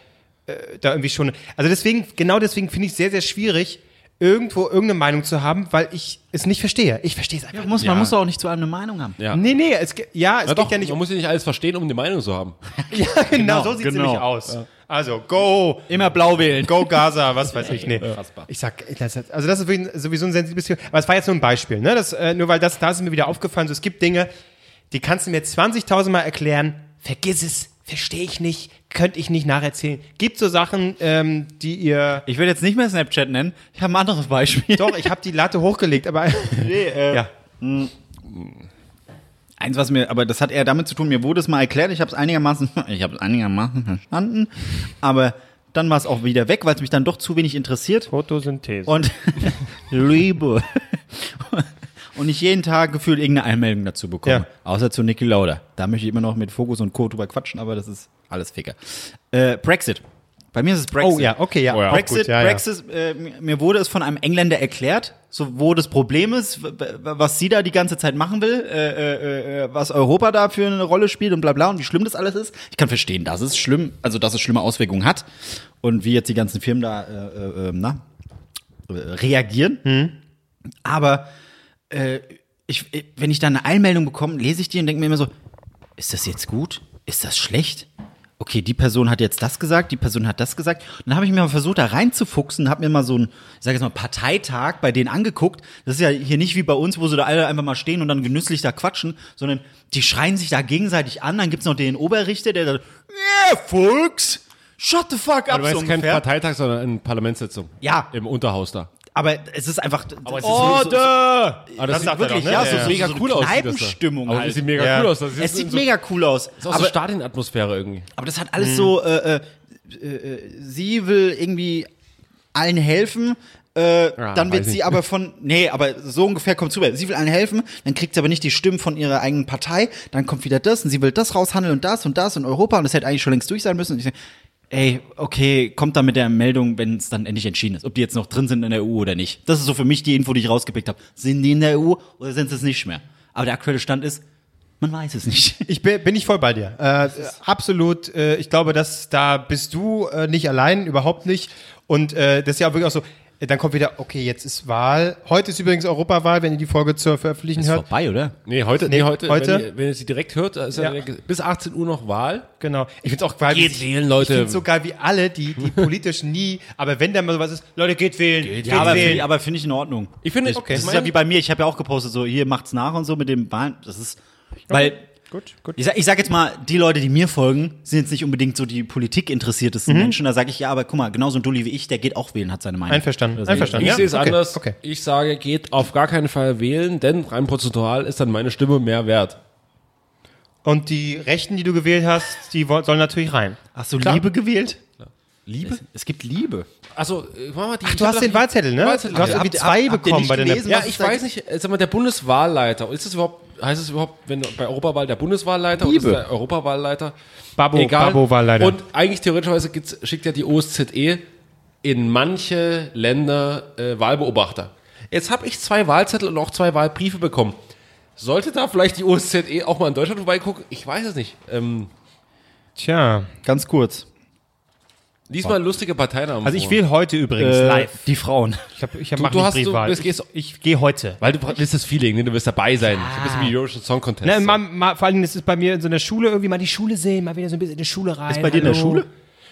äh, da irgendwie schon, also deswegen, genau deswegen finde ich es sehr, sehr schwierig, irgendwo irgendeine Meinung zu haben, weil ich es nicht verstehe. Ich verstehe es einfach
Muss, Man muss auch nicht zu einem eine Meinung haben.
Ja.
Nee, nee, es, ge- ja, es
Na
geht
doch,
ja nicht
man
um.
muss ja nicht alles verstehen, um eine Meinung zu haben.
Ja, genau, so sieht es
genau.
nämlich aus. Also, go,
Immer blau wählen.
Go Gaza, was weiß ich. Nee. Ich sag, das ist- also das ist wirklich sowieso ein sensibles Thema. Aber es war jetzt nur ein Beispiel, ne? Das, äh, nur weil das, da ist mir wieder aufgefallen, so, es gibt Dinge, die kannst du mir 20.000 Mal erklären, vergiss es, verstehe ich nicht, könnte ich nicht nacherzählen. Gibt so Sachen, ähm, die ihr,
Ich will jetzt nicht mehr Snapchat nennen. Ich habe ein anderes Beispiel.
doch, ich habe die Latte hochgelegt, aber, ja.
Eins, was mir, aber das hat eher damit zu tun, mir wurde es mal erklärt, ich habe es einigermaßen, ich habe es einigermaßen verstanden, aber dann war es auch wieder weg, weil es mich dann doch zu wenig interessiert
Photosynthese.
und Liebe. Und ich jeden Tag gefühlt irgendeine Einmeldung dazu bekomme.
Ja.
Außer zu Niki Lauda. Da möchte ich immer noch mit Fokus und Co. drüber quatschen, aber das ist alles Ficker. Äh, Brexit. Bei mir ist es Brexit.
oh ja, okay, ja. auch
Brexit,
gut, ja, ja.
Brexit äh, mir- mir wurde es von einem Engländer erklärt, so wo das Problem ist, w- w- was sie da die ganze Zeit machen will, äh, äh, äh, was Europa da für eine Rolle spielt und bla bla und wie schlimm das alles ist. Ich kann verstehen, dass es schlimm, also dass es schlimme Auswirkungen hat und wie jetzt die ganzen Firmen da äh, äh, äh, na, äh, reagieren.
Hm.
Aber äh, ich, ich- wenn ich da eine Einmeldung bekomme, lese ich die und denke mir immer so, ist das jetzt gut? Ist das schlecht? Okay, die Person hat jetzt das gesagt, die Person hat das gesagt. Und dann habe ich mir mal versucht, da reinzufuchsen, habe mir mal so einen, ich sage jetzt mal, Parteitag bei denen angeguckt. Das ist ja hier nicht wie bei uns, wo sie da alle einfach mal stehen und dann genüsslich da quatschen, sondern die schreien sich da gegenseitig an. Dann gibt's noch den Oberrichter, der da, yeah, Volks, shut the fuck up,
Aber
so
es ist kein
ungefähr.
Parteitag, sondern eine Parlamentssitzung.
Ja.
Im Unterhaus da.
Aber es ist einfach, oh, aber
Order!
Aber das, sieht
sagt er
wirklich,
doch, ne?
ja,
Ja,
so
ja.
mega
So eine
cool aus. sieht das da.
Kneipenstimmung
Aber
halt.
das sieht mega
Ja.
cool aus. Das ist
es sieht
so,
mega cool aus.
ist auch so
aber,
Stadionatmosphäre irgendwie.
aber das hat alles so,
Mhm.
äh, äh, äh, äh, sie will irgendwie allen helfen, äh,
Ja,
dann wird
weiß
sie
ich.
aber von, nee, aber so ungefähr kommt rüber. Sie will allen helfen, dann kriegt sie aber nicht die Stimmen von ihrer eigenen Partei, dann kommt wieder das und sie will das raushandeln und das und das und Europa und das hätte eigentlich schon längst durch sein müssen. Und ich sag, ey, okay, kommt dann mit der Meldung, wenn es dann endlich entschieden ist, ob die jetzt noch drin sind in der EU oder nicht. Das ist so für mich die Info, die ich rausgepickt habe. Sind die in der EU oder sind sie es nicht mehr? Aber der aktuelle Stand ist, man weiß es nicht.
Ich bin, bin ich voll bei dir. Äh, absolut. Äh, ich glaube, dass da bist du äh, nicht allein, überhaupt nicht. Und äh, das ist ja auch wirklich auch so. äh, Dann kommt wieder, okay, jetzt ist Wahl. Heute ist übrigens Europawahl, wenn ihr die Folge zur Veröffentlichung
Ist
hört.
vorbei, oder?
Nee, heute, nee, heute,
heute?
Wenn, ihr, wenn ihr sie direkt hört, ist ja.
Ja.
bis 18 Uhr noch Wahl.
Genau. Ich find's auch geil, wie sich-
wählen, Leute.
Ich find's so geil, wie alle, die, die politischen nie, aber wenn da mal sowas ist, Leute, geht wählen, geht,
Ja, aber,
wählen.
aber finde ich in Ordnung.
Ich finde,
das,
okay.
das ist
Mein-
ja wie bei mir. Ich habe ja auch gepostet, so hier macht's nach und so mit dem Bahn. Das ist, weil
Gut, gut.
ich sag, ich sag jetzt mal, die Leute, die mir folgen, sind jetzt nicht unbedingt so die politikinteressiertesten
Mhm.
Menschen. Da sage ich ja, aber guck mal, genauso ein Dulli wie ich, der geht auch wählen, hat seine Meinung.
Einverstanden, einverstanden.
Ich
ja?
sehe es
okay.
anders.
Okay.
Ich sage, geht auf gar keinen Fall wählen, denn rein prozentual ist dann meine Stimme mehr wert.
Und die Rechten, die du gewählt hast, die wo- sollen natürlich rein.
Hast du
Klar.
Liebe gewählt? Liebe? Es, es gibt Liebe.
Also, mach mal die.
Ach, du hast den Wahlzettel, ne?
Wahlzettel.
Du hast
Ja.
irgendwie
Habt-
zwei
habt ihr
bekommen
nicht
bei den
gelesen,
Ja,
was
ich
da-
weiß nicht, äh, sag mal, der Bundeswahlleiter, ist das überhaupt, heißt es überhaupt, wenn bei Europawahl der Bundeswahlleiter
Liebe.
oder ist der Europawahlleiter?
Babo,
Egal.
Babo Wahlleiter.
Und eigentlich theoretischerweise gibt's, schickt ja die OSZE E in manche Länder äh, Wahlbeobachter. Jetzt habe ich zwei Wahlzettel und auch zwei Wahlbriefe bekommen. Sollte da vielleicht die OSZE E auch mal in Deutschland vorbeigucken? Ich weiß es nicht. Ähm,
Tja.
Ganz kurz.
diesmal lustige Parteinamen.
Also ich
vor.
wähle heute übrigens live.
Äh, Die Frauen.
Ich, hab, ich hab,
Du-
mach
du
nicht
hast- du
Briefwahl.
bist-
ich ich gehe heute.
Weil du willst das Feeling, ne? du willst dabei sein. Ich habe wie Eurovision Song Contest.
Ne, mal, mal, vor allem, das ist bei mir in so einer Schule irgendwie mal die Schule sehen, mal wieder so ein bisschen in die Schule rein. Ist
bei dir in der Schule?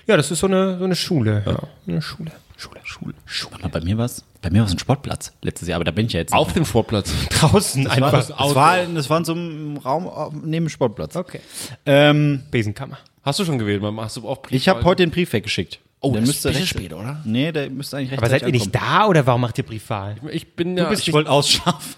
Ja, das ist so eine, so eine Schule. Ja. Eine Schule. Schule. Schule.
Warte mal, bei mir war's. Bei mir war es ein Sportplatz letztes Jahr, aber da bin ich ja jetzt.
auf dem Vorplatz.
Draußen
das
einfach.
war, das war in so einem Raum auf- neben dem Sportplatz.
Okay.
Ähm,
Besenkammer.
Hast du schon gewählt? Mama? Hast du auch Briefwahl?
ich habe heute den Brief weggeschickt.
Oh,
der
das ist
müsste
ein bisschen
recht-
spät, oder?
Nee, der müsste eigentlich recht
Aber seid ihr nicht da oder warum macht ihr Briefwahl?
Ich bin ja.
Ich wollte ausschlafen.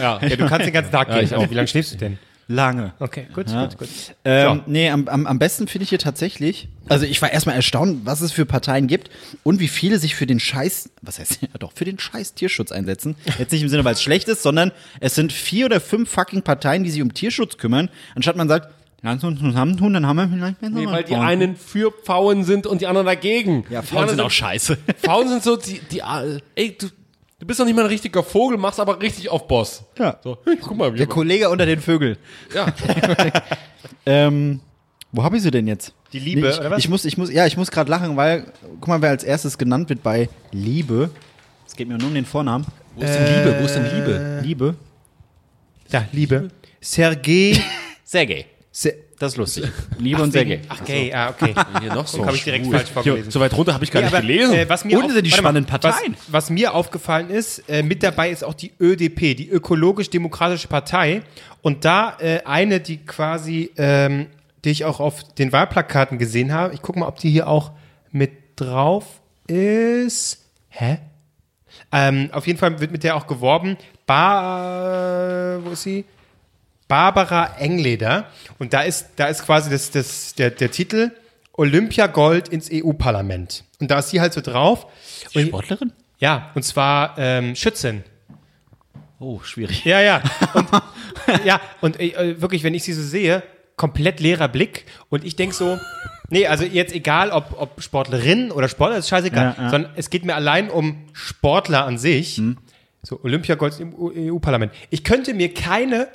ja,
Ja, du kannst den ganzen Tag
Ja, ich auch.
Wie lange schläfst du denn?
Lange.
Okay, gut,
Ja.
gut, gut.
Ähm, Nee, am, am, am besten finde ich hier tatsächlich, also ich war erstmal erstaunt, was es für Parteien gibt und wie viele sich für den Scheiß, was heißt, ja doch, für den Scheiß Tierschutz einsetzen. Jetzt nicht im Sinne, weil es schlecht ist, sondern es sind vier oder fünf fucking Parteien, die sich um Tierschutz kümmern, anstatt man sagt, lass uns zusammentun, dann haben wir vielleicht mehr
Nee, weil die
Zusammenhang.
einen für Pfauen sind und die anderen dagegen.
Ja,
Die
Frauen
anderen
sind auch scheiße.
Pfauen sind so die, die äh, ey, du, du bist doch nicht mal ein richtiger Vogel, machst aber richtig auf Boss.
Ja.
So, hey, guck mal,
Der
wir
Kollege unter den Vögeln.
ja.
Ähm, wo habe ich sie denn jetzt?
Die Liebe,
ich,
oder was?
Ich muss, ich muss, ja, ich muss gerade lachen, weil, guck mal, wer als erstes genannt wird bei Liebe. Es geht mir nur um den Vornamen. Äh,
Wo ist denn Liebe? Wo ist denn Liebe?
Liebe.
Da, Liebe. Sergei.
Sergei.
Se
Das ist lustig. Liebe und Sergei.
Ach, gay, ah, okay.
Hier noch so.
Hab ich direkt falsch vorgelesen.
Hier, so weit runter habe ich gar
Ja,
nicht
aber,
gelesen.
äh, was mir
Unten sind die
warte mal,
spannenden Parteien.
Was, was mir aufgefallen ist, äh, mit dabei ist auch die ÖDP, die Ökologisch-Demokratische Partei. Und da äh, eine, die quasi, ähm, die ich auch auf den Wahlplakaten gesehen habe, ich gucke mal, ob die hier auch mit drauf ist. Hä? Ähm, auf jeden Fall wird mit der auch geworben. Bar, wo ist sie? Barbara Engleder. Und da ist, da ist quasi das, das, der, der Titel Olympia Gold ins EU-Parlament. Und da ist sie halt so drauf. Und,
Sportlerin?
ja, und zwar ähm, Schützin.
Oh, schwierig.
Ja, ja. Und, ja, und äh, wirklich, wenn ich sie so sehe, komplett leerer Blick. Und ich denke so, nee, also jetzt egal, ob, ob Sportlerin oder Sportler, ist scheißegal.
Ja, Mhm. ja.
Sondern es geht mir allein um Sportler an sich. So, Olympiagold im U- EU-Parlament. Ich könnte mir keine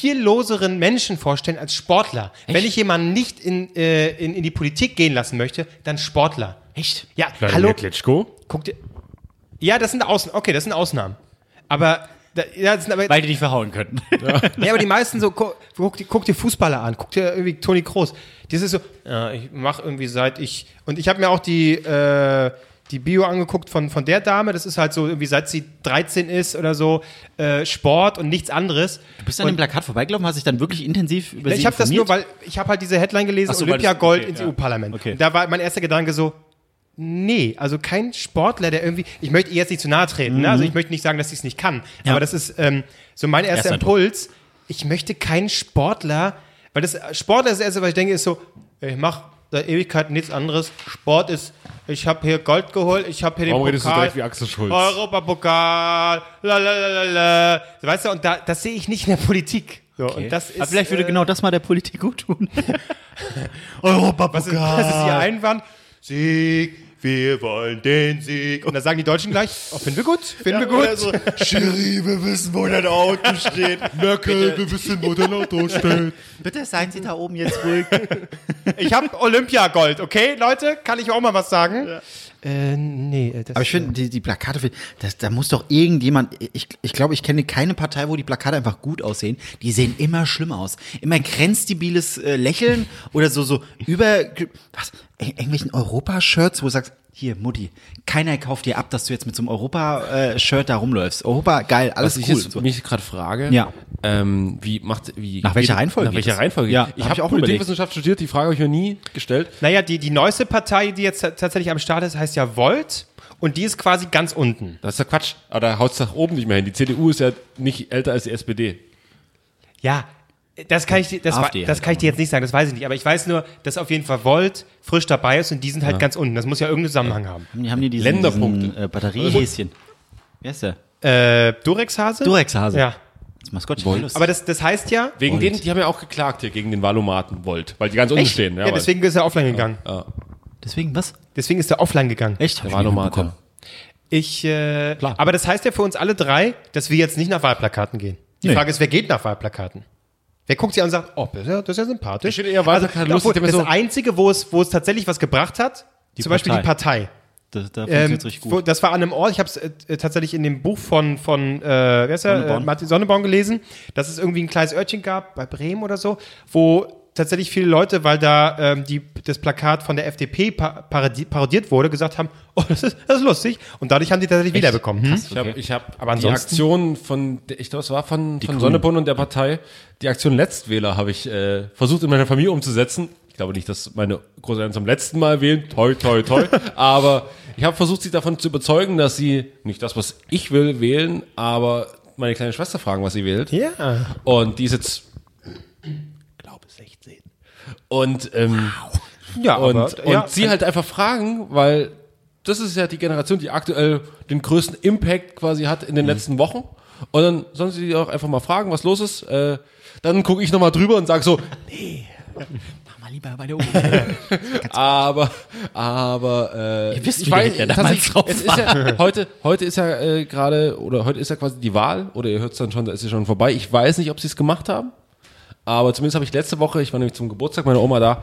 profilloseren Menschen vorstellen als Sportler. Wenn ich jemanden nicht in, äh, in, in die Politik gehen lassen möchte, dann Sportler. Echt? Ja, hallo,
Klitschko.
guck dir. Ja, das sind Ausnahmen. Okay, das sind Ausnahmen. Aber, da, ja, das sind aber
Weil die dich verhauen könnten.
ja, aber die meisten so, guck, guck, dir- guck dir Fußballer an, guck dir irgendwie Toni Kroos. Das ist so, ja, ich mache irgendwie seit ich. Und ich habe mir auch die, äh, die Bio angeguckt von, von der Dame. Das ist halt so, irgendwie seit sie 13 ist oder so, äh, Sport und nichts anderes.
Du bist an dem Plakat vorbeigelaufen, hast dich dann wirklich intensiv über sie
Ich habe das nur,
informiert?
weil ich habe halt diese Headline gelesen,
Ach so, weil
Olympia
das-
Gold
okay,
ins
ja.
EU-Parlament.
Okay.
Und Da war mein erster Gedanke so, nee, also kein Sportler, der irgendwie, ich möchte ihr jetzt nicht zu nahe treten, ne? also
Mhm.
ich möchte nicht sagen, dass ich es nicht kann, aber das ist ähm, so mein erster
Erster Eindruck.
Impuls, ich möchte keinen Sportler, weil das Sportler ist das Erste, was ich denke, ist so, ich mache seit Ewigkeiten nichts anderes, Sport ist, ich habe hier Gold geholt, ich habe hier den
Warum
Pokal.
redest du direkt wie Axel Schulz?
Europapokal, la la la la la. So, Weißt du, und da, das sehe ich nicht in der Politik. So, und das ist,
Aber vielleicht würde
äh,
genau das mal der Politik gut tun. Oh
was ist, was ist Ihr Einwand? Sieg, wir wollen den Sieg. Und da sagen die Deutschen gleich, oh, finden wir gut, finden wir gut.
Schiri, wir wissen, wo dein Auto steht.
Merkel, wir wissen, wo dein Auto steht.
Bitte seien Sie da oben jetzt ruhig.
Ich habe Olympiagold, okay, Leute? Kann ich auch mal was sagen? Äh, nee, äh, das
Aber ich finde, die, die Plakate, für- das, da muss doch irgendjemand, ich, ich glaube, ich kenne keine Partei, wo die Plakate einfach gut aussehen. Die sehen immer schlimm aus. Immer grenzdebiles äh, Lächeln oder so, so über, was, ir- irgendwelchen Europa-Shirts, wo du sagst, hier, Mutti, keiner kauft dir ab, dass du jetzt mit so einem Europa-Shirt da rumläufst. Europa, geil, alles
Was ich
cool.
jetzt mich gerade frage,
Ja.
ähm, wie macht, wie
Nach welcher Reihenfolge
Nach
geht
welcher
es?
Reihenfolge?
Ja,
ich
hab
habe
ich auch
auch Politikwissenschaft studiert, die Frage habe ich mir nie gestellt.
Naja, die, die neueste Partei, die jetzt ta- tatsächlich am Start ist, heißt ja Volt. Und die ist quasi ganz unten.
Das ist ja Quatsch. Aber da haut es nach oben nicht mehr hin. Die CDU ist ja nicht älter als die SPD.
Ja, das kann ich, dir- das, wa-
AfD
das
halt
kann ich dir jetzt nicht sagen, das weiß ich nicht. Aber ich weiß nur, dass auf jeden Fall Volt frisch dabei ist und die sind halt ganz unten. Das muss ja irgendeinen Zusammenhang haben.
Haben die- Haben die diesen,
Länderpunkte.
diesen äh, Batteriehäschen? Wer ist der?
Äh, Durexhase?
Durexhase.
Ja.
Das Maskottchen. Lust.
Aber das, das heißt ja,
Wegen denen, die haben ja auch geklagt hier gegen den Valomaten Volt, weil die ganz unten stehen.
Ja,
weil-
deswegen ist er offline gegangen.
Deswegen, was?
Deswegen ist er offline gegangen.
Echt? Hab ich nicht
Valomat.
mitbekommen.
ja.
Ich, äh, aber das heißt ja für uns alle drei, dass wir jetzt nicht nach Wahlplakaten gehen. Die
Nee.
Frage ist, wer geht nach Wahlplakaten? Wer guckt sich an und sagt, oh, das ist ja, das ist ja sympathisch.
Ich finde eher
Also,
Wahlplakate lustig,
obwohl,
wenn
das
so-
Einzige, wo es, wo es tatsächlich was gebracht hat, zum Beispiel die Partei.
Das, da
Ähm,
funktioniert's richtig gut.
wo- das war an einem Ort, ich habe es äh, äh, tatsächlich in dem Buch von, von äh, wer ist er? Äh,
Sonneborn.
Martin Sonneborn gelesen, dass es irgendwie ein kleines Örtchen gab, bei Bremen oder so, wo tatsächlich viele Leute, weil da ähm, die, das Plakat von der FDP pa parodi parodiert wurde, gesagt haben, oh, das ist, das ist lustig. Und dadurch haben die tatsächlich wiederbekommen. Hm?
Ich habe ich hab
Aber
die
ansonsten-
Aktion von, der- ich glaube, es war von, von Sonneborn und der Partei, die Aktion Letztwähler habe ich äh, versucht in meiner Familie umzusetzen. Ich glaube nicht, dass meine Großeltern zum letzten Mal wählen, toi, toi, toi. aber ich habe versucht, sie davon zu überzeugen, dass sie nicht das, was ich will, wählen, aber meine kleine Schwester fragen, was sie wählt.
Ja.
Und die ist jetzt glaube 16. Und, ähm,
Ja,
und,
aber,
und
ja.
sie halt einfach fragen, weil das ist ja die Generation, die aktuell den größten Impact quasi hat in den
Mhm.
letzten Wochen. Und dann sollen sie die auch einfach mal fragen, was los ist. Äh, dann gucke ich nochmal drüber und sage so,
Mal lieber bei der Omi.
aber, aber, äh,
Ihr wisst, wie der Hitler
tatsächlich,
damals drauf
es ist ja, heute, heute ist ja äh, gerade, oder heute ist ja quasi die Wahl, oder ihr hört es dann schon, da ist sie schon vorbei. Ich weiß nicht, ob sie es gemacht haben, aber zumindest habe ich letzte Woche, ich war nämlich zum Geburtstag meiner Oma da,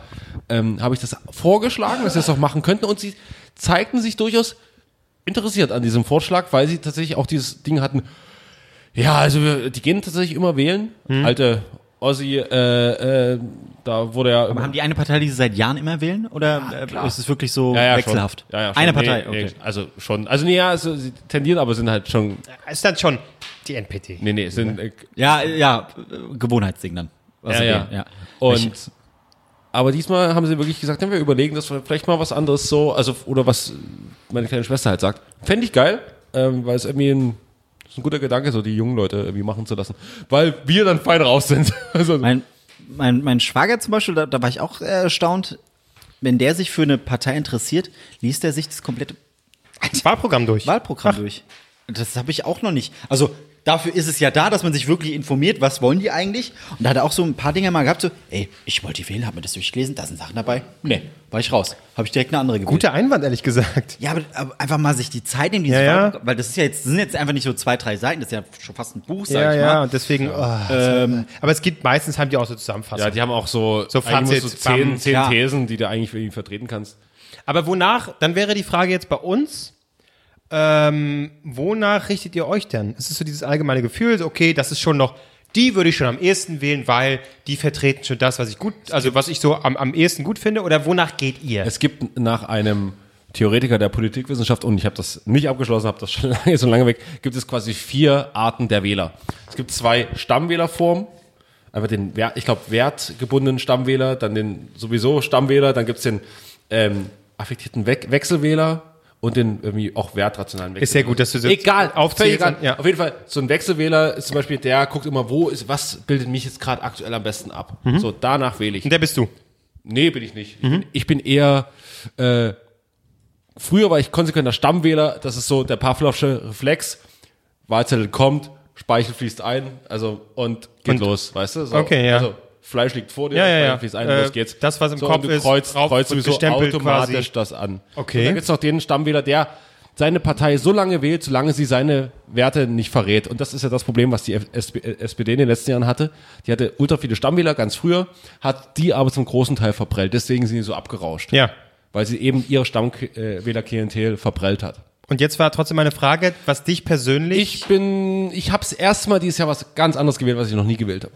ähm, habe ich das vorgeschlagen, dass sie das auch machen könnten und sie zeigten sich durchaus interessiert an diesem Vorschlag, weil sie tatsächlich auch dieses Ding hatten, ja, also wir, die gehen tatsächlich immer wählen,
Hm.
alte Ossi, äh, äh, da wurde ja
Haben die eine Partei, die sie seit Jahren immer wählen? Oder äh, ist es wirklich so wechselhaft?
Schon. Ja, ja, schon.
Eine
Nee,
Partei,
nee,
okay.
also schon. Also nee, ja, also, sie tendieren, aber sind halt schon.
Ist dann schon die NPT.
Nee, nee, sind. Äh,
Ja, äh, ja, äh, Gewohnheitsding dann. Was
ja,
sie
ja.
wählen, Also ja.
Und. aber diesmal haben sie wirklich gesagt, ja, wir überlegen, dass wir vielleicht mal was anderes so, also, oder was äh, meine kleine Schwester halt sagt. Fände ich geil, ähm, weil es irgendwie ein, ist ein guter Gedanke, so die jungen Leute irgendwie machen zu lassen. Weil wir dann fein raus sind. Also,
Mein, mein, mein Schwager zum Beispiel, da, da war ich auch äh, erstaunt, wenn der sich für eine Partei interessiert, liest er sich das komplette
Wahlprogramm durch.
Wahlprogramm durch. Das habe ich auch noch nicht. Also dafür ist es ja da, dass man sich wirklich informiert, was wollen die eigentlich. Und da hat er auch so ein paar Dinge mal gehabt, so, ey, ich wollte die wählen, habe mir das durchgelesen, da sind Sachen dabei. Nee, war ich raus. Habe ich direkt eine andere gewählt.
Guter Einwand, ehrlich gesagt.
Ja, aber, aber einfach mal sich die Zeit nehmen, die
Ja, ja.
weil das ist ja jetzt, das sind jetzt einfach nicht so zwei, drei Seiten, das ist ja schon fast ein Buch, sag
Ja,
ich
ja,
mal.
und deswegen. Oh, aber es gibt meistens, haben die auch so Zusammenfassungen.
ja, die haben auch so,
So Fazit,
eigentlich so zehn,
bam,
zehn
ja.
Thesen, die du eigentlich irgendwie vertreten kannst.
Aber wonach, dann wäre die Frage jetzt bei uns, ähm, wonach richtet ihr euch denn? Es ist so dieses allgemeine Gefühl, so, okay, das ist schon noch, die würde ich schon am ehesten wählen, weil die vertreten schon das, was ich gut, also was ich so am, am ehesten gut finde, oder wonach geht ihr?
Es gibt nach einem Theoretiker der Politikwissenschaft, und ich habe das nicht abgeschlossen, habe das schon lange, so lange weg, gibt es quasi vier Arten der Wähler. Es gibt zwei Stammwählerformen. Einfach den, Wer- ich glaube, wertgebundenen Stammwähler, dann den sowieso Stammwähler, dann gibt es den ähm, affektierten We Wechselwähler und den irgendwie auch wertrationalen Wechselwähler.
Ist sehr gut, dass du so
Egal,
aufzählst
völlig egal.
und- ja.
Auf jeden Fall, so ein Wechselwähler ist zum Beispiel, der guckt immer, wo ist, was bildet mich jetzt gerade aktuell am besten ab.
Mhm.
So, danach wähle ich.
Und der bist du.
Nee, bin ich nicht. Ich, bin, ich bin eher. Äh, früher war ich konsequenter Stammwähler. Das ist so der Pavlovsche Reflex. Wahlzettel kommt, Speichel fließt ein, also und geht
Und-
los, weißt du? So,
Okay, ja.
Also, Fleisch liegt vor dir,
Ja, ja,
Speichel
ja.
fließt ein,
Äh,
los geht's.
das, was im
so,
Kopf
und du
ist,
kreuzt,
rauf
kreuzt
und
sowieso
gestempelt
automatisch
quasi.
das an.
Okay.
Und dann gibt's noch den Stammwähler, der seine Partei so lange wählt, solange sie seine Werte nicht verrät. Und das ist ja das Problem, was die F- SP äh, SPD in den letzten Jahren hatte. Die hatte ultra viele Stammwähler, ganz früher, hat die aber zum großen Teil verprellt. Deswegen sind die so abgerauscht.
Ja.
Weil sie eben ihre Stammwählerklientel verprellt hat.
Und jetzt war trotzdem meine Frage, was dich persönlich.
Ich bin, ich hab's erstmal dieses Jahr was ganz anderes gewählt, was ich noch nie gewählt habe.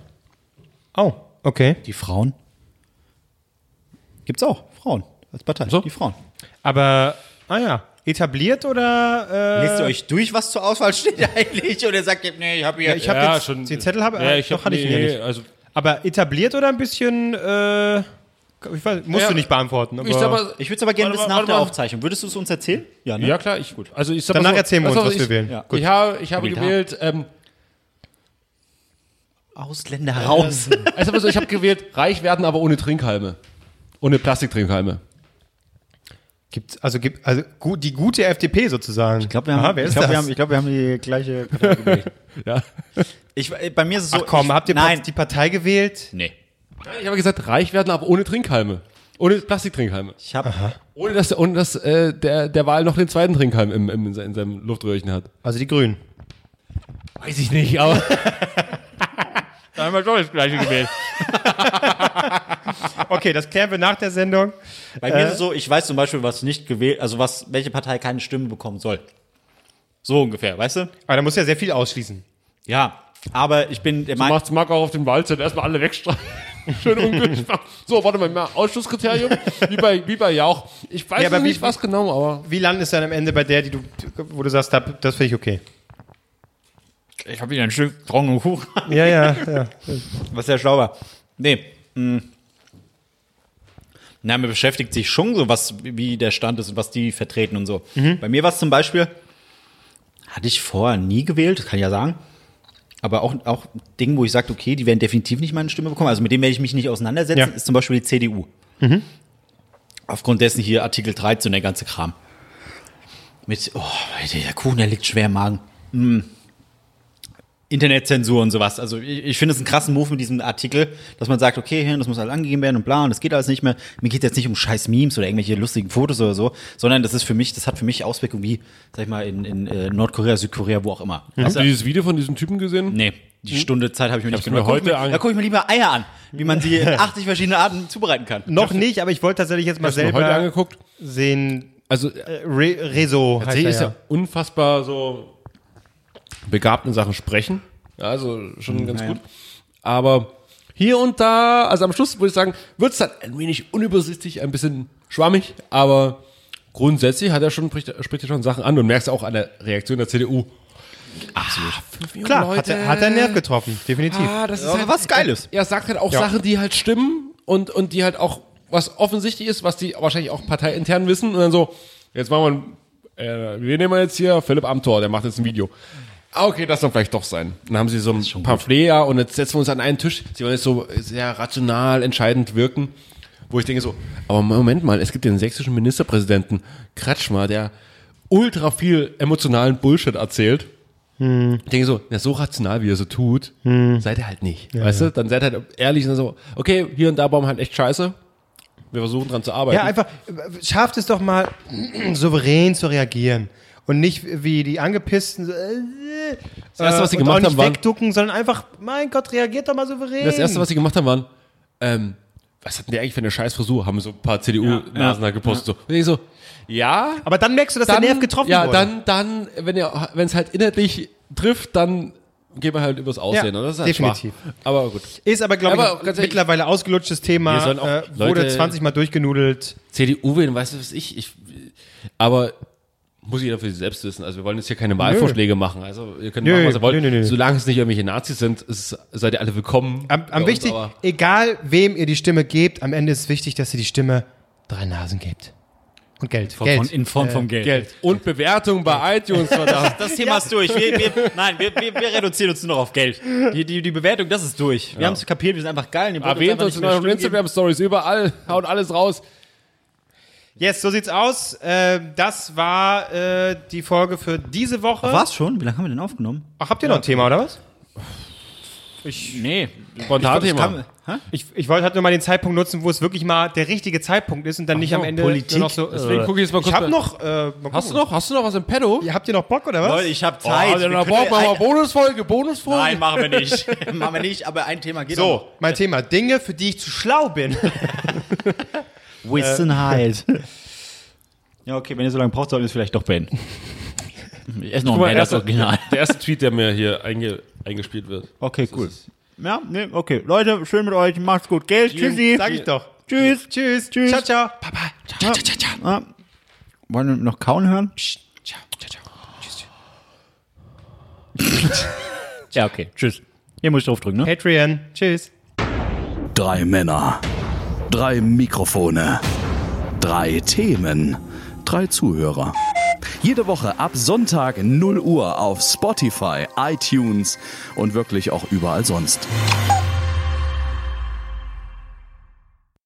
oh, okay.
Die Frauen? Gibt's auch, Frauen als Partei,
So.
die Frauen.
Aber, ah ja, etabliert oder. Äh,
Lest ihr euch durch, was zur Auswahl steht eigentlich? Oder sagt ihr, nee, ich habe hier...
Ich habe
Ja,
jetzt
schon-
den Zettel, habe
Ja,
ich
ich
noch
hab-
hatte ich ihn ja
nee,
nicht.
also-
aber etabliert oder ein bisschen, äh, ich weiß, musst
Ja.
du nicht beantworten. Aber
Ich sag mal,
Ich würde es aber gerne
Warte mal,
wissen nach
warte
der
mal.
Aufzeichnung. Würdest du es uns erzählen? Ja, ne?
Ja, klar, ich gut. Also ich sag
Danach
mal so,
erzählen wir
das,
uns, was
ich,
wir wählen.
Ja.
Gut.
Ich habe, ich habe
Ja.
gewählt, ähm,
Ausländer raus.
also mal so, ich habe gewählt, reich werden, aber ohne Trinkhalme. Ohne Plastiktrinkhalme.
Gibt's, also, gibt, also gut, die gute FDP sozusagen. Ich Aha, wer ist das?
glaub, wir haben die gleiche...
Ja.
Ich, äh, bei mir ist es so...
Ach komm,
ich,
habt ihr
Nein.
die Partei gewählt?
Nee.
Ich habe gesagt, reich werden, aber ohne Trinkhalme. Ohne Plastiktrinkhalme.
Ich habe...
Ohne dass, ohne dass äh, der, der Wahl noch den zweiten Trinkhalm im, im, in se- in seinem Luftröhrchen hat.
Also die Grünen.
Weiß ich nicht, aber.
Da haben wir doch das gleiche gewählt. okay, das klären wir nach der Sendung.
Bei mir ist es so, ich weiß zum Beispiel, was nicht gewählt, also was, welche Partei keine Stimme bekommen soll. So ungefähr, weißt du?
Aber da muss ja sehr viel ausschließen.
Ja. Aber ich bin der Meinung,
Macht's Marc auch auf den Wahlzettel erstmal alle wegstreichen. Schön ungünstig. So, warte mal, mal Ausschusskriterium. Wie bei, wie bei Jauch. Ich weiß
Ja, aber
noch nicht,
wie-
was genau, aber.
Wie lang ist dann am Ende bei der, die du, wo du sagst, da- das finde ich okay?
ich habe wieder ein Stück trockenen Kuchen.
Ja, ja, ja.
Was ja schlau war. Nee. mm. Na, man beschäftigt sich schon so, was, wie der Stand ist und was die vertreten und so. Bei mir war es zum Beispiel, hatte ich vorher nie gewählt, kann ich ja sagen. Aber auch, auch ein Ding, wo ich sage, okay, die werden definitiv nicht meine Stimme bekommen. Also mit dem werde ich mich nicht auseinandersetzen,
Ja.
ist zum Beispiel die CDU. Aufgrund dessen hier Artikel 13, der ganze Kram. Mit, oh, der Kuchen, der liegt schwer im Magen. Hm. Internetzensur und sowas. Also ich, ich finde es einen krassen Move mit diesem Artikel, dass man sagt, okay, das muss halt angegeben werden und bla und das geht alles nicht mehr. Mir geht es jetzt nicht um scheiß Memes oder irgendwelche lustigen Fotos oder so, sondern das ist für mich, das hat für mich Auswirkungen wie, sag ich mal, in, in äh, Nordkorea, Südkorea, wo auch immer. Also,
Habt ihr dieses Video von diesem Typen gesehen?
Nee, die Stunde Zeit habe ich mir nicht
hab's mir
Da guck ich
heute
mir,
an-
Da gucke ich mir lieber Eier an, wie man sie in 80 verschiedene Arten zubereiten kann.
Noch nicht, aber ich wollte tatsächlich jetzt mal
Hast du mir heute
selber
angeguckt?
sehen.
Also
Äh, Re Rezo heißt
Tatsächlich
er
ist
ja.
ja unfassbar so begabt in Sachen Sprechen. Ja, Also schon
Hm,
ganz gut. Aber hier und da, also am Schluss würde ich sagen, wird es dann ein wenig unübersichtlich, ein bisschen schwammig, aber grundsätzlich hat er schon, spricht, spricht er schon Sachen an und merkst auch an der Reaktion der CDU. Absolut.
Klar, hat er, hat er einen Nerv getroffen, definitiv.
Ah, das ist
Aber
halt,
was Geiles.
Er sagt halt auch Sachen, die halt stimmen und, und die halt auch, was offensichtlich ist, was die wahrscheinlich auch parteiintern wissen und dann so, jetzt machen wir, ein- äh, wir nehmen jetzt hier Philipp Amthor, der macht jetzt ein Video. Ah, okay, das soll vielleicht doch sein. Dann haben sie so ein Pamphlet ja, und jetzt setzen wir uns an einen Tisch. Sie wollen jetzt so sehr rational entscheidend wirken, wo ich denke so, aber Moment mal, es gibt den sächsischen Ministerpräsidenten Kretschmer, der ultra viel emotionalen Bullshit erzählt. Ich denke so, na, so rational, wie ihr so tut, seid ihr halt nicht. weißt du? Dann seid ihr halt ehrlich und so, okay, hier und da bauen wir halt echt scheiße. Wir versuchen dran zu arbeiten.
Ja, einfach, äh, schafft es doch mal, souverän zu reagieren. Und nicht wie die Angepissten. so, Äh, das
Erste, was sie
und auch
gemacht
nicht
haben, waren-
wegducken, sondern einfach, mein Gott, reagiert doch mal souverän.
das erste, was sie gemacht haben, waren, ähm, was hatten die eigentlich für eine scheiß Frisur? Haben so ein paar CDU-Nasen da halt gepostet. So. Und ich so, ja.
Aber dann merkst du, dass der Nerv getroffen
ja,
wurde.
dann, dann, wenn ihr, wenn es halt inhaltlich trifft, dann gehen wir halt übers Aussehen.
Ja,
oder? Das ist halt
definitiv.
Schwach. Aber gut.
Ist aber, glaube
Aber
ich,
ganz
ein
ehrlich-
mittlerweile ausgelutschtes Thema.
Wir sollen auch
äh, wurde
Leute-
20 Mal durchgenudelt.
CDU wählen, weißt du was ich? ich aber muss jeder für sich selbst wissen. Also wir wollen jetzt hier keine Wahlvorschläge machen. Also ihr könnt
Nö,
machen, was ihr wollt.
nö, nö, nö.
Solange es nicht irgendwelche Nazis sind, ist, seid ihr alle willkommen.
Am,
bei
am
uns,
wichtig,
aber-
egal wem ihr die Stimme gebt, am Ende ist wichtig, dass ihr die Stimme drei Nasen gebt. Und Geld. Geld.
Von, in
Äh,
Form von Geld.
Geld. Und Bewertung bei iTunes, verdammt.
Das Thema ist durch. Wir, wir, nein, wir, wir, wir reduzieren uns nur noch auf Geld. Die, die, die Bewertung, das ist durch. Wir haben es kapiert, wir sind einfach geil. ihr wollt
Erwähnt
einfach
uns in
nicht mehr
euren
Stimmen geben.
Instagram-Stories überall. Haut alles raus.
Yes, so sieht's aus. Äh, das war äh, die Folge für diese Woche.
War's schon? Wie lange haben wir denn aufgenommen?
Ach, habt ihr noch ein Thema, oder was?
Nee.
Spontanthema.
Ich, ich wollte halt nur mal den Zeitpunkt nutzen, wo es wirklich mal der richtige Zeitpunkt ist und dann nicht am Ende
Politik.
nur noch so.
Deswegen gucke ich jetzt mal kurz.
ich hab
bei-
noch. Äh, mal
hast du
gucken.
noch? Hast du noch was im Petto?
Ja, Habt ihr noch Bock oder was?
Leute, ich habe
Oh,
Zeit.
dann
Wir können-
brauchen wir mal Bonusfolge, Bonusfolge.
nein, machen wir nicht.
Machen wir nicht, aber ein Thema geht
so, mein Thema. Dinge, für die ich zu schlau bin.
noch.
halt.
Wissenheit. ja, okay, wenn ihr so lange braucht, solltet ihr es vielleicht doch beenden.
Ich esse noch
Guck mal,
ein das
erster-
Original.
Der erste Tweet, der mir hier einge, eingespielt wird.
Okay, cool. Ja, nee, okay. Leute, schön mit euch. Macht's gut. Gell? Tschüssi.
Sag ich doch.
Tschüss.
Tschüss. Tschüss. Ciao, ciao. Papa.
Ah, Wollen wir noch kauen hören?
Ja, okay. Tschüss. Hier muss ich drauf drücken, ne?
Patreon. Tschüss.
Drei Männer, drei Mikrofone, drei Themen, drei Zuhörer. Jede Woche ab Sonntag 0 Uhr auf Spotify, iTunes und wirklich auch überall sonst.